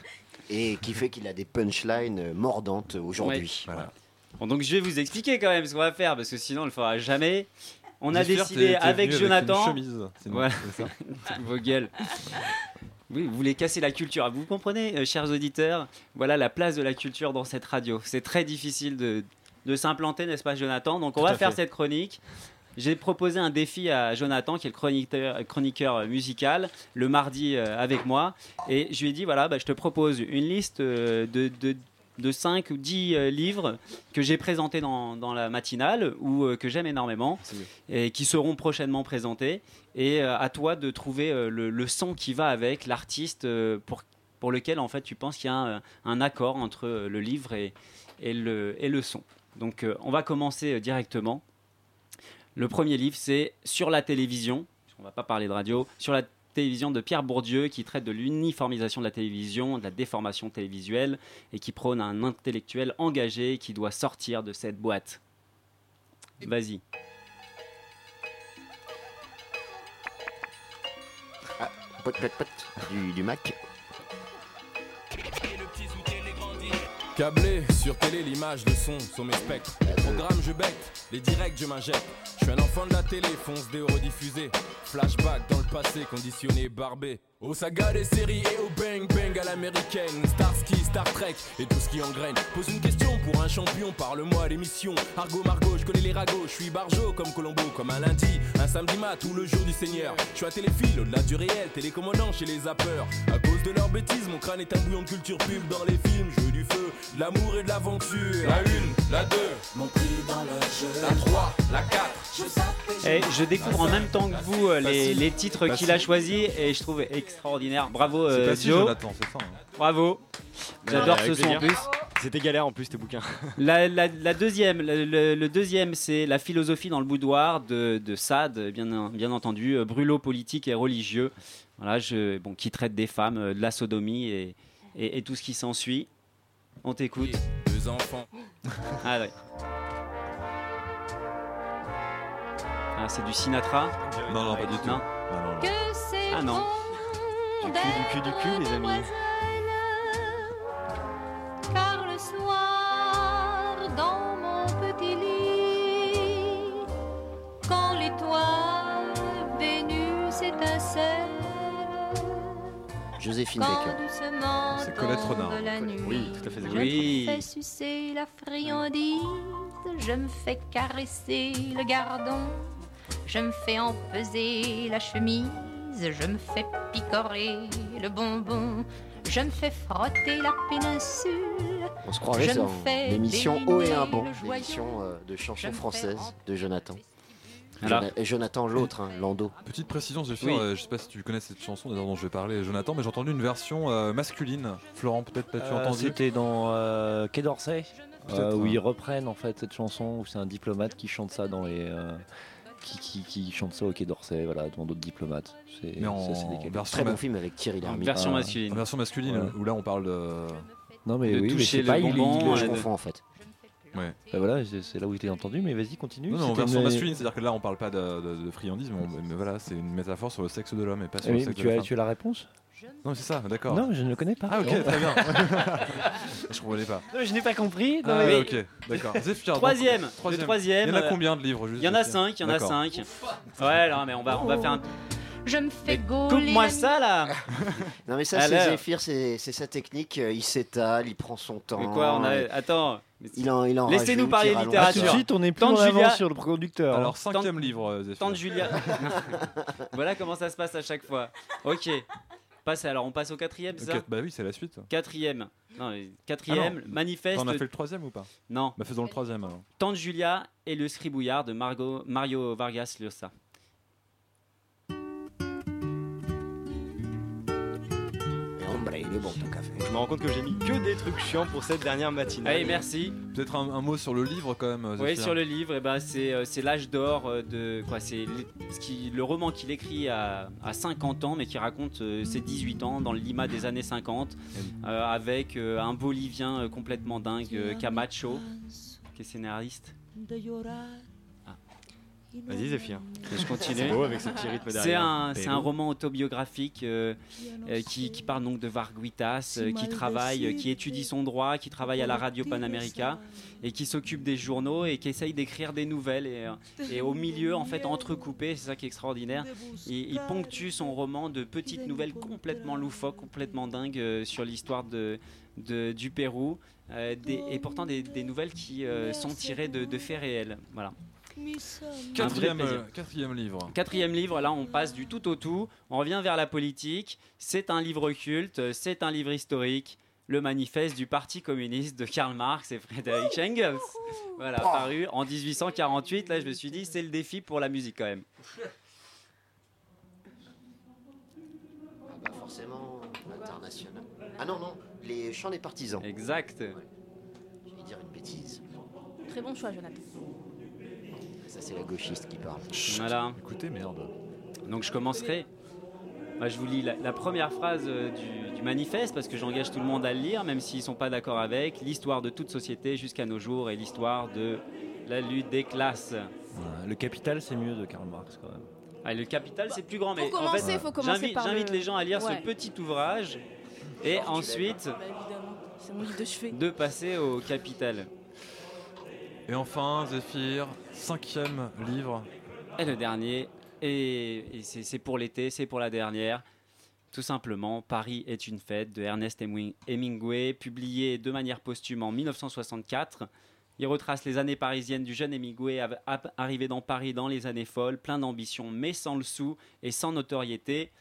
Speaker 6: Et qui fait qu'il a des punchlines euh, mordantes aujourd'hui.
Speaker 1: Voilà.
Speaker 7: Bon, donc je vais vous expliquer quand même ce qu'on va faire parce que sinon on le fera jamais. On a
Speaker 1: J'espère que
Speaker 7: décidé
Speaker 1: t'es- t'es
Speaker 7: avec
Speaker 1: venu avec une
Speaker 7: Jonathan.
Speaker 1: chemise, sinon,
Speaker 7: Voilà. [laughs]
Speaker 1: c'est ça.
Speaker 7: Vos gueules. Oui, vous voulez casser la culture. Vous comprenez, euh, chers auditeurs, voilà la place de la culture dans cette radio. C'est très difficile de de s'implanter, n'est-ce pas, Jonathan Donc, on
Speaker 14: Tout
Speaker 7: va
Speaker 14: à
Speaker 7: faire
Speaker 14: fait.
Speaker 7: cette chronique. J'ai proposé un défi à Jonathan, qui est le chroniqueur, euh, chroniqueur musical, le mardi euh, avec moi. Et je lui ai dit voilà, bah, je te propose une liste euh, de, de, 5 ou 10 livres que j'ai présentés dans, dans la matinale ou euh, que j'aime énormément et qui seront prochainement présentés. Et euh, à toi de trouver euh, le, le son qui va avec l'artiste euh, pour, pour lequel en fait tu penses qu'il y a un, un accord entre euh, le livre et, et, le, et le son. Donc euh, on va commencer euh, directement. Le premier livre, c'est Sur la télévision, puisqu'on ne va pas parler de radio, Sur la télévision de Pierre Bourdieu, qui traite de l'uniformisation de la télévision, de la déformation télévisuelle, et qui prône un intellectuel engagé qui doit sortir de cette boîte. Vas-y.
Speaker 6: Pot, pot, pot, du, du Mac.
Speaker 18: Câblé sur télé, l'image, le son sont mes spectres. Au programme, je becque, les directs, je m'injecte. Je suis un enfant de la télé, fonce des rediffusés. Flashback dans le passé, conditionné, barbé. Aux sagas des séries et au bang bang à l'américaine. Starsky, Star Trek et tout ce qui engraine. Pose une question pour un champion, parle-moi d'émission. Argo, Margot, je connais les ragots, je suis barjo comme Colombo, comme un lundi, un samedi mat ou le jour du Seigneur. Je suis à téléphile, au-delà du réel, télécommandant chez les zappeurs. À cause de leurs bêtises, mon crâne est un bouillon de culture pub dans les films, jeu du feu, de l'amour et de l'aventure. La une, la deux, mon prix dans le jeu. La 3, la 4, je
Speaker 7: Et Eh, je découvre en même temps que vous euh, les, les titres qu'il a choisis et je trouve extraordinaire. Bravo
Speaker 1: C'est
Speaker 7: euh,
Speaker 1: pas si
Speaker 7: Joe.
Speaker 1: Jonathan, c'est ça, hein.
Speaker 7: Bravo. J'adore ce son en plus.
Speaker 4: C'était galère en plus tes bouquins.
Speaker 7: La, la- la deuxième, le, le- le deuxième, c'est la philosophie dans le boudoir de, de Sade, bien, bien entendu, euh, brûlot politique et religieux. Voilà, je, bon, qui traite des femmes, euh, de la sodomie et, et- et tout ce qui s'ensuit. On t'écoute.
Speaker 18: Deux enfants.
Speaker 7: Ah ouais. Ah, c'est du Sinatra
Speaker 1: Non, non, pas du tout.
Speaker 7: Non.
Speaker 19: Que c'est
Speaker 7: Ah non.
Speaker 19: bon
Speaker 7: cul, du cul, les amis.
Speaker 19: d'être, car le soir dans mon petit lit, quand l'étoile Vénus étincelle,
Speaker 6: Joséphine
Speaker 19: quand
Speaker 6: Baker.
Speaker 19: doucement
Speaker 6: C'est Colette
Speaker 19: tombe
Speaker 6: Renard.
Speaker 19: la nuit,
Speaker 6: Oui, tout à fait,
Speaker 19: je
Speaker 6: oui.
Speaker 19: me fais sucer la friandise, je me fais caresser le gardon, je me fais empeser la chemise, je me fais picorer le bonbon, je me fais frotter la péninsule.
Speaker 6: On se croirait
Speaker 19: je me
Speaker 6: dans
Speaker 19: fais
Speaker 6: l'émission Haut et un bon,
Speaker 19: déguster le
Speaker 6: l'émission euh, de chansons françaises de Jonathan.
Speaker 1: Alors.
Speaker 6: Jona- Et Jonathan, l'autre, hein, Lando.
Speaker 1: Petite précision, je
Speaker 6: Oui.
Speaker 1: je sais pas si tu connais cette chanson d'ailleurs dont je vais parler, Jonathan, mais j'ai entendu une version euh, masculine. Florent, peut-être t'as-tu
Speaker 12: Euh,
Speaker 1: entendu
Speaker 12: C'était dans euh, Quai d'Orsay,
Speaker 1: Peut-être,
Speaker 12: euh, où
Speaker 1: ouais.
Speaker 12: ils reprennent en fait cette chanson, où c'est un diplomate qui chante ça dans les. euh, qui, qui- qui chante ça au Quai d'Orsay, voilà, devant d'autres diplomates. C'est
Speaker 1: Mais en
Speaker 12: ça, c'est décalé.
Speaker 1: version ma-
Speaker 12: Ah,
Speaker 1: Ah,
Speaker 12: ouais.
Speaker 1: En version masculine,
Speaker 12: Ouais.
Speaker 1: où là on parle de.
Speaker 12: Non mais oui, mais je sais pas, il- il-
Speaker 1: Ouais.
Speaker 12: Bah voilà, c'est c'est là où il était entendu, mais vas-y continue.
Speaker 1: Non, non, en
Speaker 12: C'était
Speaker 1: version
Speaker 12: une- [laughs]
Speaker 1: masculine, c'est-à-dire que là on parle pas de, de, de friandise, mais, on- mais voilà, c'est une métaphore sur le sexe de l'homme et pas
Speaker 12: Ah
Speaker 1: sur le
Speaker 12: oui, mais
Speaker 1: sexe
Speaker 12: tu
Speaker 1: de la
Speaker 12: as,
Speaker 1: femme.
Speaker 12: tu as la réponse
Speaker 1: Non, c'est ça, d'accord.
Speaker 12: Non, je ne le connais pas.
Speaker 1: Ah, ok, très bien. je comprenais pas.
Speaker 12: je n'ai pas compris.
Speaker 1: Ah, ouais, ok, d'accord. Zéphyr, donc,
Speaker 7: Troisième, le
Speaker 1: troisième.
Speaker 7: troisième. Euh,
Speaker 9: euh,
Speaker 1: Il y en a combien de livres, juste,
Speaker 7: Il y en a
Speaker 1: Zéphyr
Speaker 7: cinq, il y en a
Speaker 1: D'accord.
Speaker 7: cinq. Ouais, non, mais on va, Bah, on va faire un.
Speaker 19: Je me fais gauler.
Speaker 7: Coupe-moi ça là
Speaker 6: Non mais ça c'est
Speaker 7: Alors.
Speaker 6: Zéphyr, c'est c'est sa technique, euh, il s'étale, il prend son temps.
Speaker 7: Mais quoi, on a. Attends.
Speaker 6: Il en, il en
Speaker 7: Laissez-nous
Speaker 6: rajoute, il
Speaker 7: parler
Speaker 6: rallonge.
Speaker 7: littérature. Tante Julia-
Speaker 12: hein.
Speaker 1: Alors, cinquième livre, euh, Zéphyr.
Speaker 7: Tante Julia. [laughs] voilà comment ça se passe à chaque fois. Ok. Passe, alors on passe au quatrième, c'est
Speaker 1: Ok,
Speaker 7: ça
Speaker 1: Bah oui, c'est la suite.
Speaker 7: Quatrième. Non, mais quatrième,
Speaker 1: Ah non.
Speaker 7: manifeste.
Speaker 1: T'en as fait le troisième ou pas
Speaker 7: Non.
Speaker 1: Bah faisons le troisième alors.
Speaker 7: Tante Julia et le scribouillard de Margot, Mario Vargas Llosa.
Speaker 4: Je me rends compte que j'ai mis que des trucs chiants pour cette dernière matinale.
Speaker 7: Allez, merci.
Speaker 1: Peut-être un, un mot sur le livre quand même. euh,
Speaker 7: Oui,
Speaker 1: Zéphyr.
Speaker 7: sur le livre, eh ben, c'est euh, c'est l'âge d'or euh, de quoi C'est l- ce qui- le roman qu'il écrit à, à 50 ans, mais qui raconte euh, ses 18 ans dans le Lima des années 50, euh, avec euh, un Bolivien euh, complètement dingue, euh, Camacho, qui est scénariste.
Speaker 14: Ah. Vas-y, Zéphir.
Speaker 7: Je continue.
Speaker 14: C'est beau avec ce petit rythme
Speaker 7: C'est
Speaker 14: derrière.
Speaker 7: un, c'est un
Speaker 14: Pérou.
Speaker 7: roman autobiographique euh, euh, qui, qui parle donc de Varguitas, euh, qui travaille, euh, qui étudie son droit, qui travaille à la radio Panamérica et qui s'occupe des journaux et qui essaye d'écrire des nouvelles. Et, euh, et au milieu, en fait, entrecoupé, c'est ça qui est extraordinaire, il, il ponctue son roman de petites nouvelles complètement loufoques, complètement dingues euh, sur l'histoire de, de- du Pérou euh, des- et pourtant des, des nouvelles qui euh, sont tirées de, de faits réels. Voilà.
Speaker 1: Quatrième,
Speaker 7: Un vrai plaisir.
Speaker 1: euh, quatrième livre.
Speaker 7: Quatrième livre, là on passe du tout au tout, on revient vers la politique, c'est un livre culte, euh, c'est un livre historique, le manifeste du Parti communiste de Karl Marx et Frédéric Engels. Voilà,
Speaker 11: Oh.
Speaker 7: paru en 1848, là je me suis dit c'est le défi pour la musique quand même.
Speaker 6: Bah, forcément, international. Ah non, non, les chants des partisans.
Speaker 7: Exact.
Speaker 6: Je vais dire une bêtise.
Speaker 3: Très bon choix, Jonathan.
Speaker 6: Ça, c'est la gauchiste qui parle.
Speaker 7: Voilà.
Speaker 14: Écoutez, merde.
Speaker 7: Donc je commencerai. Bah, je vous lis la, la première phrase euh, du, du manifeste parce que j'engage tout le monde à le lire, même s'ils ne sont pas d'accord avec. L'histoire de toute société jusqu'à nos jours et l'histoire de la lutte des classes.
Speaker 14: Euh, Le Capital, c'est mieux de Karl Marx quand même.
Speaker 7: Ah, le Capital, c'est plus grand, mais
Speaker 3: Faut
Speaker 7: en
Speaker 3: commencer,
Speaker 7: fait,
Speaker 3: faut commencer
Speaker 7: j'invite,
Speaker 3: par le-
Speaker 7: j'invite les gens à lire
Speaker 3: Ouais.
Speaker 7: ce petit ouvrage et ensuite
Speaker 3: Bah, évidemment, c'est mon livre de chevet.
Speaker 7: de passer au Capital.
Speaker 1: Et enfin, Zéphyr, cinquième livre.
Speaker 7: Et le dernier, et, et c'est, c'est pour l'été, c'est pour la dernière. Tout simplement, Paris est une fête de Ernest Heming- Hemingway, publié de manière posthume en 1964. Il retrace les années parisiennes du jeune Hemingway av- ap- arrivé dans Paris dans les années folles, plein d'ambition, mais sans le sou et sans notoriété.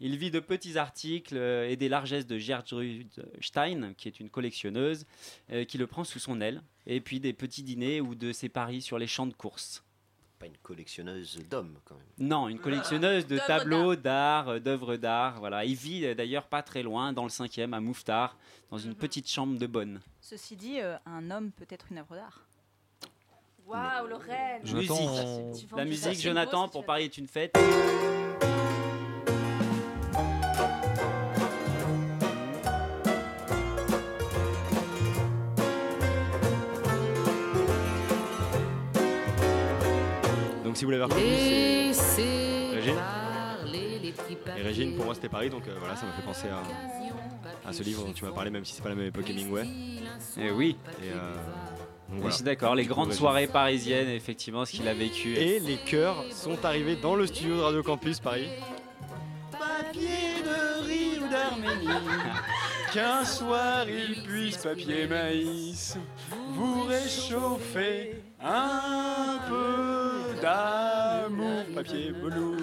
Speaker 7: Il vit de petits articles euh, et des largesses de Gertrude Stein, qui est une collectionneuse, euh, qui le prend sous son aile, et puis des petits dîners ou de ses paris sur les champs de course.
Speaker 6: Pas une collectionneuse d'hommes, quand même.
Speaker 7: Non, une collectionneuse de
Speaker 6: D'œuvres
Speaker 7: tableaux d'art, euh, d'œuvres d'art. Voilà, il vit euh, d'ailleurs pas très loin, dans le cinquième, à Mouffetard, dans une petite chambre de bonne.
Speaker 8: Ceci dit, euh, un homme peut être une œuvre d'art.
Speaker 3: Waouh, Lorraine
Speaker 1: Jonathan,
Speaker 7: musique.
Speaker 1: on- Tu vends
Speaker 7: La
Speaker 1: du
Speaker 7: musique,
Speaker 1: sachet
Speaker 7: Jonathan, pour Paris est une fête.
Speaker 14: Donc si vous l'avez reconnu, c'est
Speaker 16: Laissez
Speaker 14: Régine.
Speaker 16: parler les petits
Speaker 14: Et Régine, pour moi c'était Paris, donc euh, voilà, ça m'a fait penser à, à ce livre dont tu m'as parlé, même si c'est pas la même époque Hemingway.
Speaker 7: Et Eh oui.
Speaker 14: Et, euh,
Speaker 7: Je
Speaker 14: donc voilà.
Speaker 7: suis d'accord, les
Speaker 14: Du coup,
Speaker 7: grandes
Speaker 14: Régine.
Speaker 7: soirées parisiennes, effectivement, ce qu'il a vécu.
Speaker 14: Et les chœurs sont arrivés dans le studio de Radio Campus Paris.
Speaker 4: Papier de riz ou d'Arménie. [laughs] Qu'un soir il puisse papier maïs vous réchauffer un peu d'amour. Papier velours.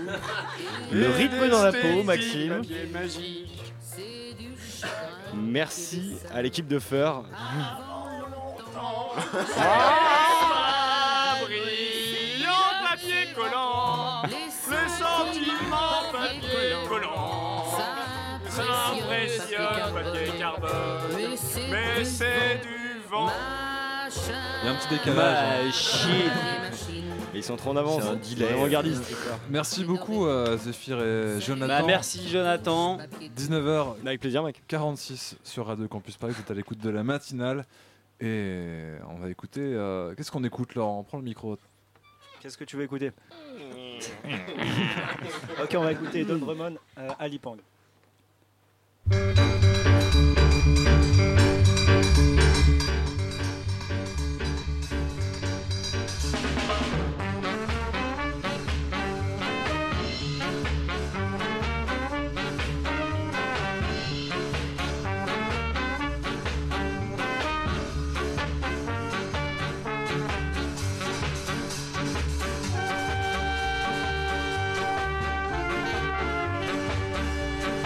Speaker 14: [laughs] Le
Speaker 4: Et
Speaker 14: rythme dans la
Speaker 4: d'esthétique,
Speaker 14: peau, Maxime.
Speaker 4: Papier magique.
Speaker 14: Merci à l'équipe de Feur.
Speaker 4: Ah, brillant papier collant, le sentiment papier collant. S'impressionne papier carbone, mais c'est du vent.
Speaker 1: Il y a un petit décalage. hein.
Speaker 14: Ils sont trop en avance.
Speaker 1: C'est un
Speaker 14: hein.
Speaker 1: delay.
Speaker 14: Avant-gardiste.
Speaker 1: Merci beaucoup euh, Zéphyr et Jonathan.
Speaker 7: Bah, merci, Jonathan.
Speaker 1: 19h.
Speaker 14: Avec plaisir mec.
Speaker 1: 46 sur Radio Campus Paris, vous êtes à l'écoute de la matinale. Et on va écouter. euh, Qu'est-ce qu'on écoute Laurent Prends le micro.
Speaker 9: Qu'est-ce que tu veux écouter Ok, on va écouter Don Drummond, euh, Ali Pang.
Speaker 16: Paris,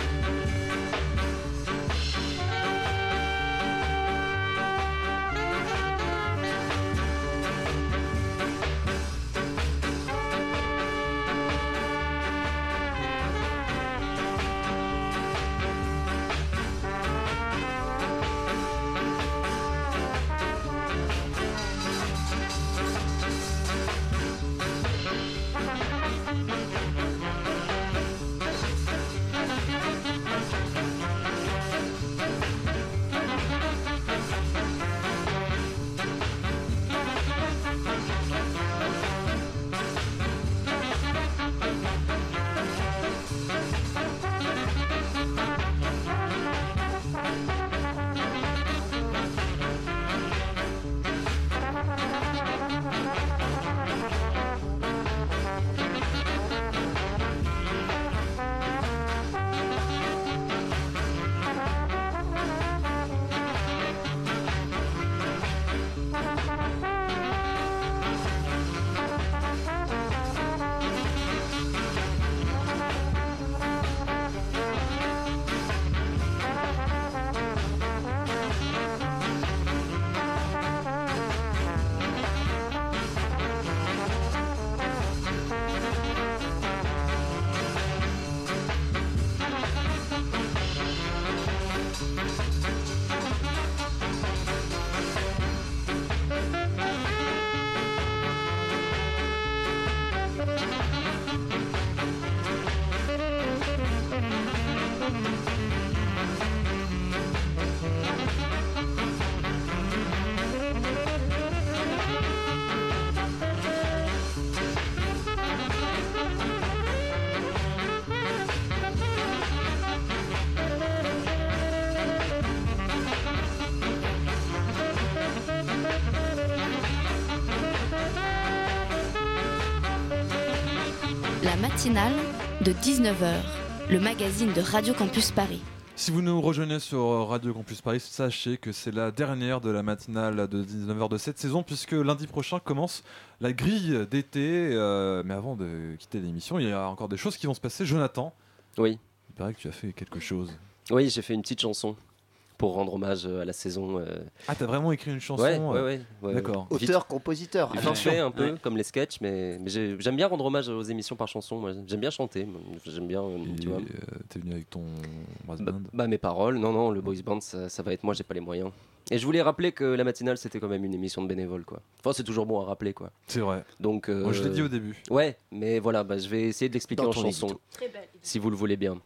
Speaker 2: La matinale de 19h, le magazine de Radio Campus Paris.
Speaker 1: Si vous nous rejoignez sur Radio Campus Paris, sachez que c'est la dernière de la matinale de 19h de cette saison, puisque lundi prochain commence la grille d'été. Euh, mais avant de quitter l'émission, il y a encore des choses qui vont se passer. Jonathan,
Speaker 10: Oui.
Speaker 1: il paraît que tu as fait quelque chose.
Speaker 10: Oui, j'ai fait une petite chanson pour rendre hommage euh, à la saison. euh,
Speaker 1: Ah, t'as vraiment écrit une chanson
Speaker 10: ouais,
Speaker 1: euh,
Speaker 10: ouais, ouais, ouais.
Speaker 1: D'accord.
Speaker 10: Vite.
Speaker 6: Auteur, compositeur,
Speaker 10: Vite
Speaker 6: attention.
Speaker 10: fait un peu
Speaker 6: Ouais.
Speaker 10: comme les sketchs, mais, mais j'ai- j'aime bien rendre hommage aux émissions par chanson. moi. J'aime bien chanter. moi. J'aime bien. euh, tu vois.
Speaker 1: T'es venu avec ton brass
Speaker 10: Bah,
Speaker 1: band
Speaker 10: bah, mes paroles, non, non, le boys band, ça, ça va être moi, j'ai pas les moyens. Et je voulais rappeler que la matinale, c'était quand même une émission de bénévoles, quoi. Enfin, c'est toujours bon à rappeler, quoi.
Speaker 1: C'est vrai.
Speaker 10: Donc, euh,
Speaker 1: Moi, je l'ai dit au début.
Speaker 10: Ouais, mais voilà, bah, je vais essayer de l'expliquer
Speaker 1: Dans
Speaker 10: en
Speaker 1: ton
Speaker 10: chanson,
Speaker 1: édito.
Speaker 11: Très belle idée.
Speaker 10: si vous le voulez bien.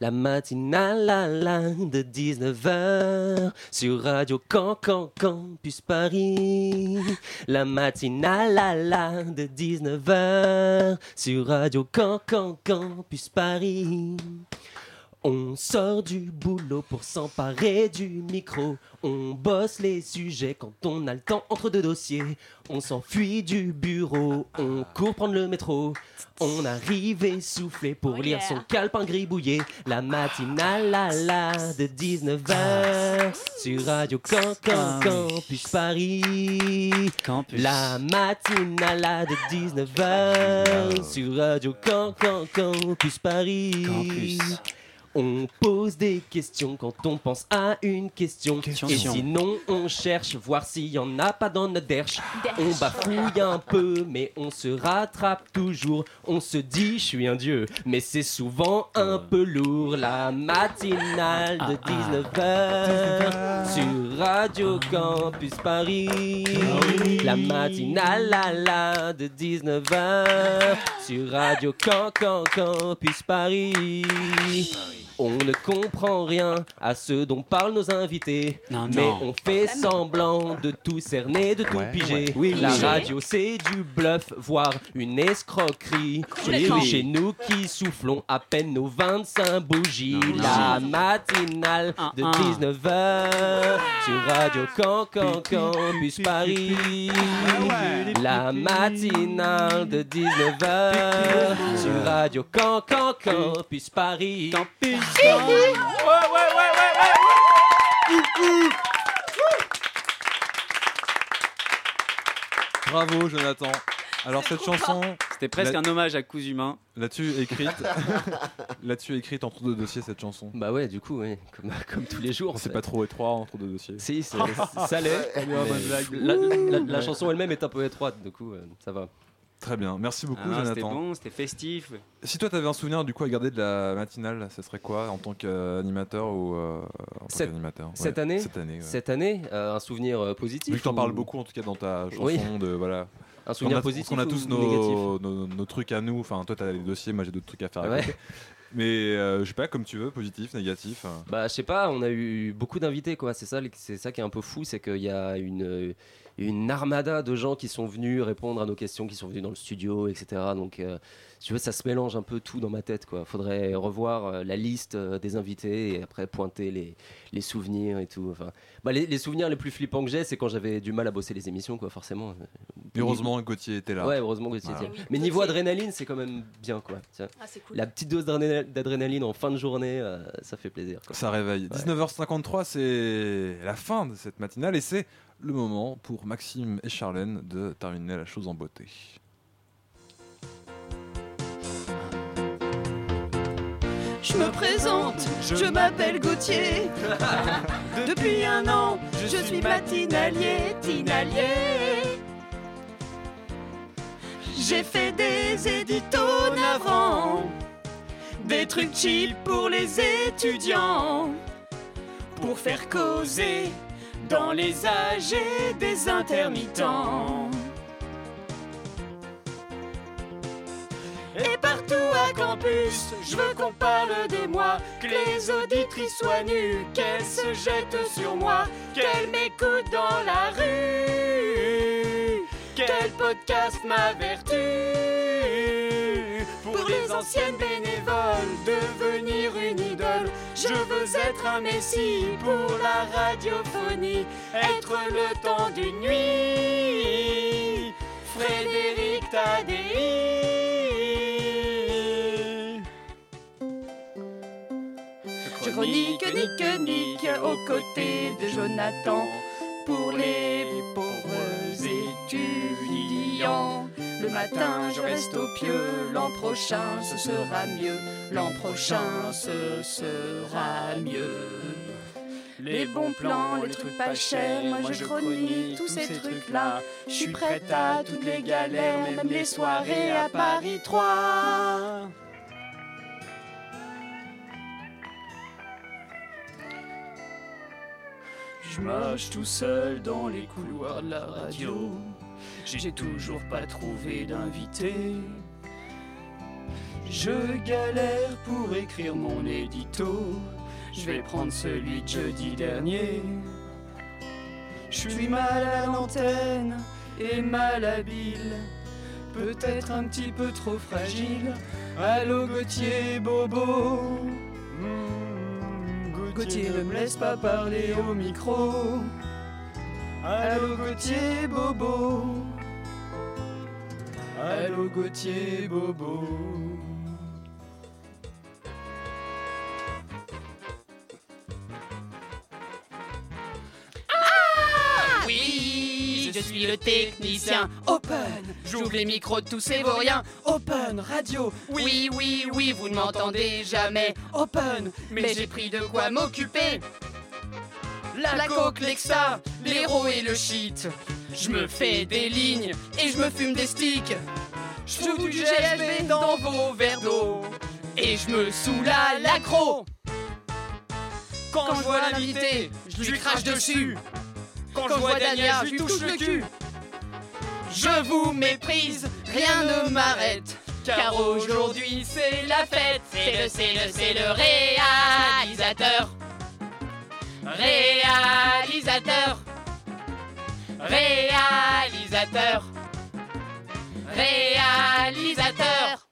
Speaker 10: La matinale la, la, de 19h sur Radio Can, Can, Campus Paris. La matinale la, la, de 19h sur Radio Can, Can, Campus Paris. On sort du boulot pour s'emparer du micro. On bosse les sujets quand on a le temps entre deux dossiers. On s'enfuit du bureau, on court prendre le métro. On arrive essoufflé pour lire son calepin gribouillé. La matinale la, la, de 19h sur Radio Can, Can, Campus Paris. La matinale la, de 19h sur Radio Can, Can, Campus Paris. On pose des questions quand on pense à une question. Et sinon, on cherche voir s'il y en a pas dans notre derche. On bafouille un peu, mais on se rattrape toujours. On se dit, je suis un dieu, mais c'est souvent un peu lourd. La matinale de 19h sur Radio Campus Paris. La matinale la, la, de 19h sur Radio Can, Can, Campus Paris. On ne comprend rien à ce dont parlent nos invités,
Speaker 7: Non,
Speaker 10: mais
Speaker 7: non.
Speaker 10: on fait semblant de tout cerner, de tout
Speaker 7: Ouais,
Speaker 10: piger.
Speaker 7: ouais. Oui,
Speaker 10: la
Speaker 7: oui.
Speaker 10: radio c'est du bluff, voire une escroquerie.
Speaker 7: Oui, oui.
Speaker 10: Chez nous qui soufflons à peine nos 25 bougies,
Speaker 7: non. Ah,
Speaker 10: la matinale de
Speaker 7: un.
Speaker 10: 19h sur Radio Can Can Campus Paris. La matinale de 19h sur Radio Can Can Campus Paris.
Speaker 1: Bravo, Jonathan. Alors, cette chanson.
Speaker 7: C'était presque
Speaker 1: la-
Speaker 7: un hommage à Cousuma.
Speaker 1: Là-dessus écrite, [laughs] là-dessus écrite entre deux dossiers cette chanson.
Speaker 10: Bah ouais, du coup, ouais, comme, [laughs] comme tous les jours.
Speaker 1: C'est pas trop étroit entre deux dossiers.
Speaker 10: Si, c'est- ça l'est.
Speaker 7: [laughs]
Speaker 10: mais
Speaker 1: Ouais, bonne blague.
Speaker 10: La, la- la
Speaker 1: Ouais.
Speaker 10: chanson elle-même est un peu étroite, du coup, euh, ça va.
Speaker 1: Très bien, merci beaucoup
Speaker 7: Ah non, c'était
Speaker 1: Jonathan.
Speaker 7: bon, c'était festif.
Speaker 1: Si toi t'avais un souvenir du coup à garder de la matinale, ce serait quoi en tant qu'animateur ou euh, en tant
Speaker 10: Cette-
Speaker 1: qu'animateur Ouais,
Speaker 10: Cette année
Speaker 1: Cette année. ouais.
Speaker 10: Cette année, euh, un souvenir euh, positif.
Speaker 1: Vu que t'en
Speaker 10: ou-
Speaker 1: parles beaucoup en tout cas dans ta chanson
Speaker 10: Oui.
Speaker 1: de voilà.
Speaker 10: Un souvenir
Speaker 1: On a-
Speaker 10: positif
Speaker 1: On a
Speaker 10: ou
Speaker 1: tous nos,
Speaker 10: négatif
Speaker 1: nos- nos trucs à nous. Enfin, toi t'as les dossiers, moi j'ai d'autres trucs à faire. à
Speaker 10: Ouais.
Speaker 1: côté. Mais euh, je sais pas comme tu veux, positif, négatif. euh.
Speaker 10: Bah, je sais pas, on a eu beaucoup d'invités, quoi. C'est ça, c'est ça qui est un peu fou, c'est qu'il y a une, euh, une armada de gens qui sont venus répondre à nos questions, qui sont venus dans le studio, etc. Donc, euh, si tu veux, ça se mélange un peu tout dans ma tête, quoi. Faudrait revoir euh, la liste euh, des invités et après pointer les, les souvenirs et tout. Enfin, bah, les, les souvenirs les plus flippants que j'ai, c'est quand j'avais du mal à bosser les émissions, quoi, forcément. Euh,
Speaker 1: Mais heureusement Gauthier était là.
Speaker 10: Ouais, heureusement Gauthier.
Speaker 1: Voilà.
Speaker 10: était là. Mais niveau adrénaline, c'est quand même bien, quoi. Tiens.
Speaker 1: Ah, c'est cool.
Speaker 10: La petite dose d'adréna- d'adrénaline en fin de journée, euh, ça fait plaisir. quoi.
Speaker 1: Ça réveille.
Speaker 10: Ouais.
Speaker 1: 19h53, c'est la fin de cette matinale et c'est le moment pour Maxime et Charlène de terminer la chose en beauté.
Speaker 4: Je me présente, je m'appelle [laughs] Gauthier. Depuis un an, je suis matinalier, tinalier. J'ai fait des éditos navrants, des trucs cheap pour les étudiants, pour faire causer dans les âgés des intermittents. Et partout à campus, je veux qu'on parle des mois, que les auditrices soient nues, qu'elles se jettent sur moi, qu'elles m'écoutent dans la rue. Quel podcast ma vertu Pour les anciennes bénévoles, devenir une idole, je veux être un messie pour la radiophonie, être le temps d'une nuit. Frédéric Tadei.
Speaker 16: chronique, nique, nique, aux côtés de Jonathan. Pour les pauvres étudiants. Le matin, je reste au pieu. L'an prochain, ce sera mieux. L'an prochain, ce sera mieux. Les bons plans, les trucs pas chers, moi je chronique tous ces trucs-là. Je suis prête à toutes les galères, même les soirées à Paris 3. Je marche tout seul dans les couloirs de la radio. J'ai toujours pas trouvé d'invité. Je galère pour écrire mon édito. Je vais prendre celui de jeudi dernier. Je suis mal à l'antenne et mal habile. Peut-être un petit peu trop fragile. Allô Gauthier Bobo. Hmm, Gauthier ne me laisse pas parler au micro. Allô Gauthier Bobo. Allô Gauthier Bobo. Oui, je suis le technicien. Open, j'ouvre les micros de tous ces vauriens. Open, radio. Oui, oui, oui, vous ne m'entendez jamais. Open, mais j'ai pris de quoi m'occuper. La, coque, l'exa, l'héros et le shit. Je me fais des lignes et je me fume des sticks. Je fous du GHB dans vos verres d'eau. Et je me saoule à l'accro. Quand je vois l'invité, je lui crache dessus. Quand je vois Dania, je lui touche le cul. Je vous méprise, rien ne m'arrête. Car aujourd'hui c'est la fête, c'est le, c'est le, c'est le réalisateur. Réalisateur. Réalisateur. Réalisateur.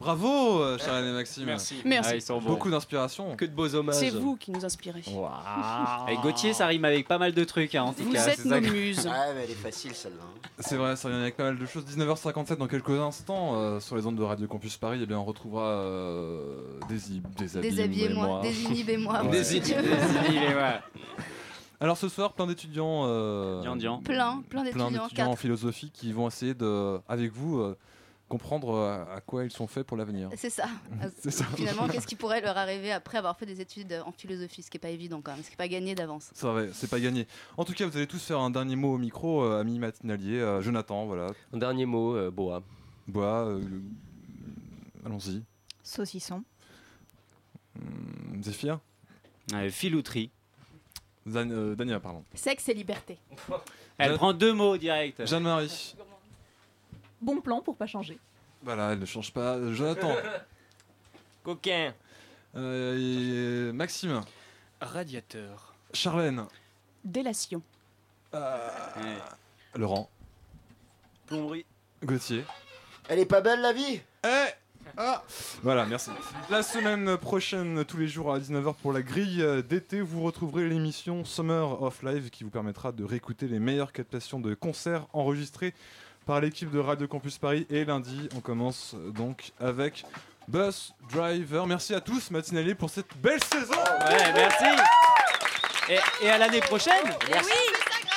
Speaker 1: Bravo, euh, Charlène et Maxime.
Speaker 3: Merci. Merci.
Speaker 11: Ah, ils sont bons.
Speaker 1: Beaucoup d'inspiration.
Speaker 11: Que de beaux hommages.
Speaker 3: C'est vous qui nous inspirez.
Speaker 7: Et Gauthier, ça rime avec pas mal de trucs, hein, en tout cas. c'est ça que-
Speaker 5: Ouais, Ah, mais elle est facile celle-là. hein.
Speaker 1: C'est vrai, ça revient avec pas mal de choses. 19h57 dans quelques instants euh, sur les ondes de Radio Campus Paris. Et bien, on retrouvera euh, des
Speaker 2: Déshabillez-moi,
Speaker 1: [laughs]
Speaker 2: désinhibez-moi.
Speaker 1: Désinhibez-
Speaker 7: désinhibez-moi.
Speaker 1: Alors ce soir, plein d'étudiants, euh,
Speaker 2: Plein, plein d'étudiants, quatre.
Speaker 1: en philosophie qui vont essayer de, avec vous, euh, comprendre euh, à quoi ils sont faits pour l'avenir.
Speaker 2: C'est
Speaker 1: [laughs]
Speaker 2: ça.
Speaker 1: C'est ça.
Speaker 2: Finalement, qu'est-ce qui pourrait leur arriver après avoir fait des études en philosophie, ce qui n'est pas évident quand même, ce qui n'est pas gagné d'avance.
Speaker 1: C'est vrai, c'est pas gagné. En tout cas, vous allez tous faire un dernier mot au micro, euh, ami matinalier, euh, Jonathan, voilà.
Speaker 11: Un dernier mot, euh, Boa.
Speaker 1: Boa, euh, allons-y. Hum,
Speaker 8: Saucisson.
Speaker 1: Zéphir
Speaker 7: Ah, Filouterie.
Speaker 1: euh, Dania, pardon.
Speaker 3: Sexe et
Speaker 20: [laughs]
Speaker 3: liberté.
Speaker 7: Elle prend deux mots direct.
Speaker 1: Jeanne-Marie.
Speaker 10: Bon plan pour pas changer.
Speaker 1: Voilà, elle ne change pas.
Speaker 7: [laughs]
Speaker 1: Jonathan.
Speaker 4: Coquin.
Speaker 1: Euh, et Maxime.
Speaker 4: Radiateur. Euh,
Speaker 1: Charlène.
Speaker 10: Délation.
Speaker 1: Laurent.
Speaker 4: Plomberie.
Speaker 1: Gauthier.
Speaker 5: Elle est pas belle la vie
Speaker 1: Ah Voilà, merci. La semaine prochaine, tous les jours à 19h pour la grille d'été, vous retrouverez l'émission Summer of Live qui vous permettra de réécouter les meilleures captations de concerts enregistrés par l'équipe de Radio Campus Paris. Et lundi, on commence donc avec Bus Driver. Merci à tous, matinalier, pour cette belle saison
Speaker 7: Ouais, merci Et, et à l'année prochaine
Speaker 5: Merci.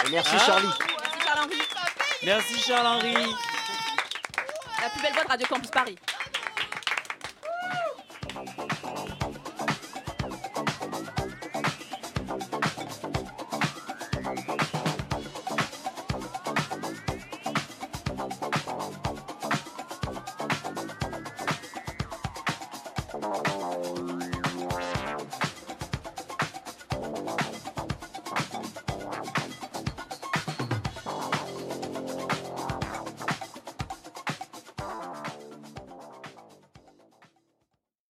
Speaker 7: Et
Speaker 5: merci,
Speaker 7: Charlie.
Speaker 10: Merci Charles-Henri.
Speaker 7: Merci Charles-Henri
Speaker 10: La plus belle voix de Radio Campus Paris.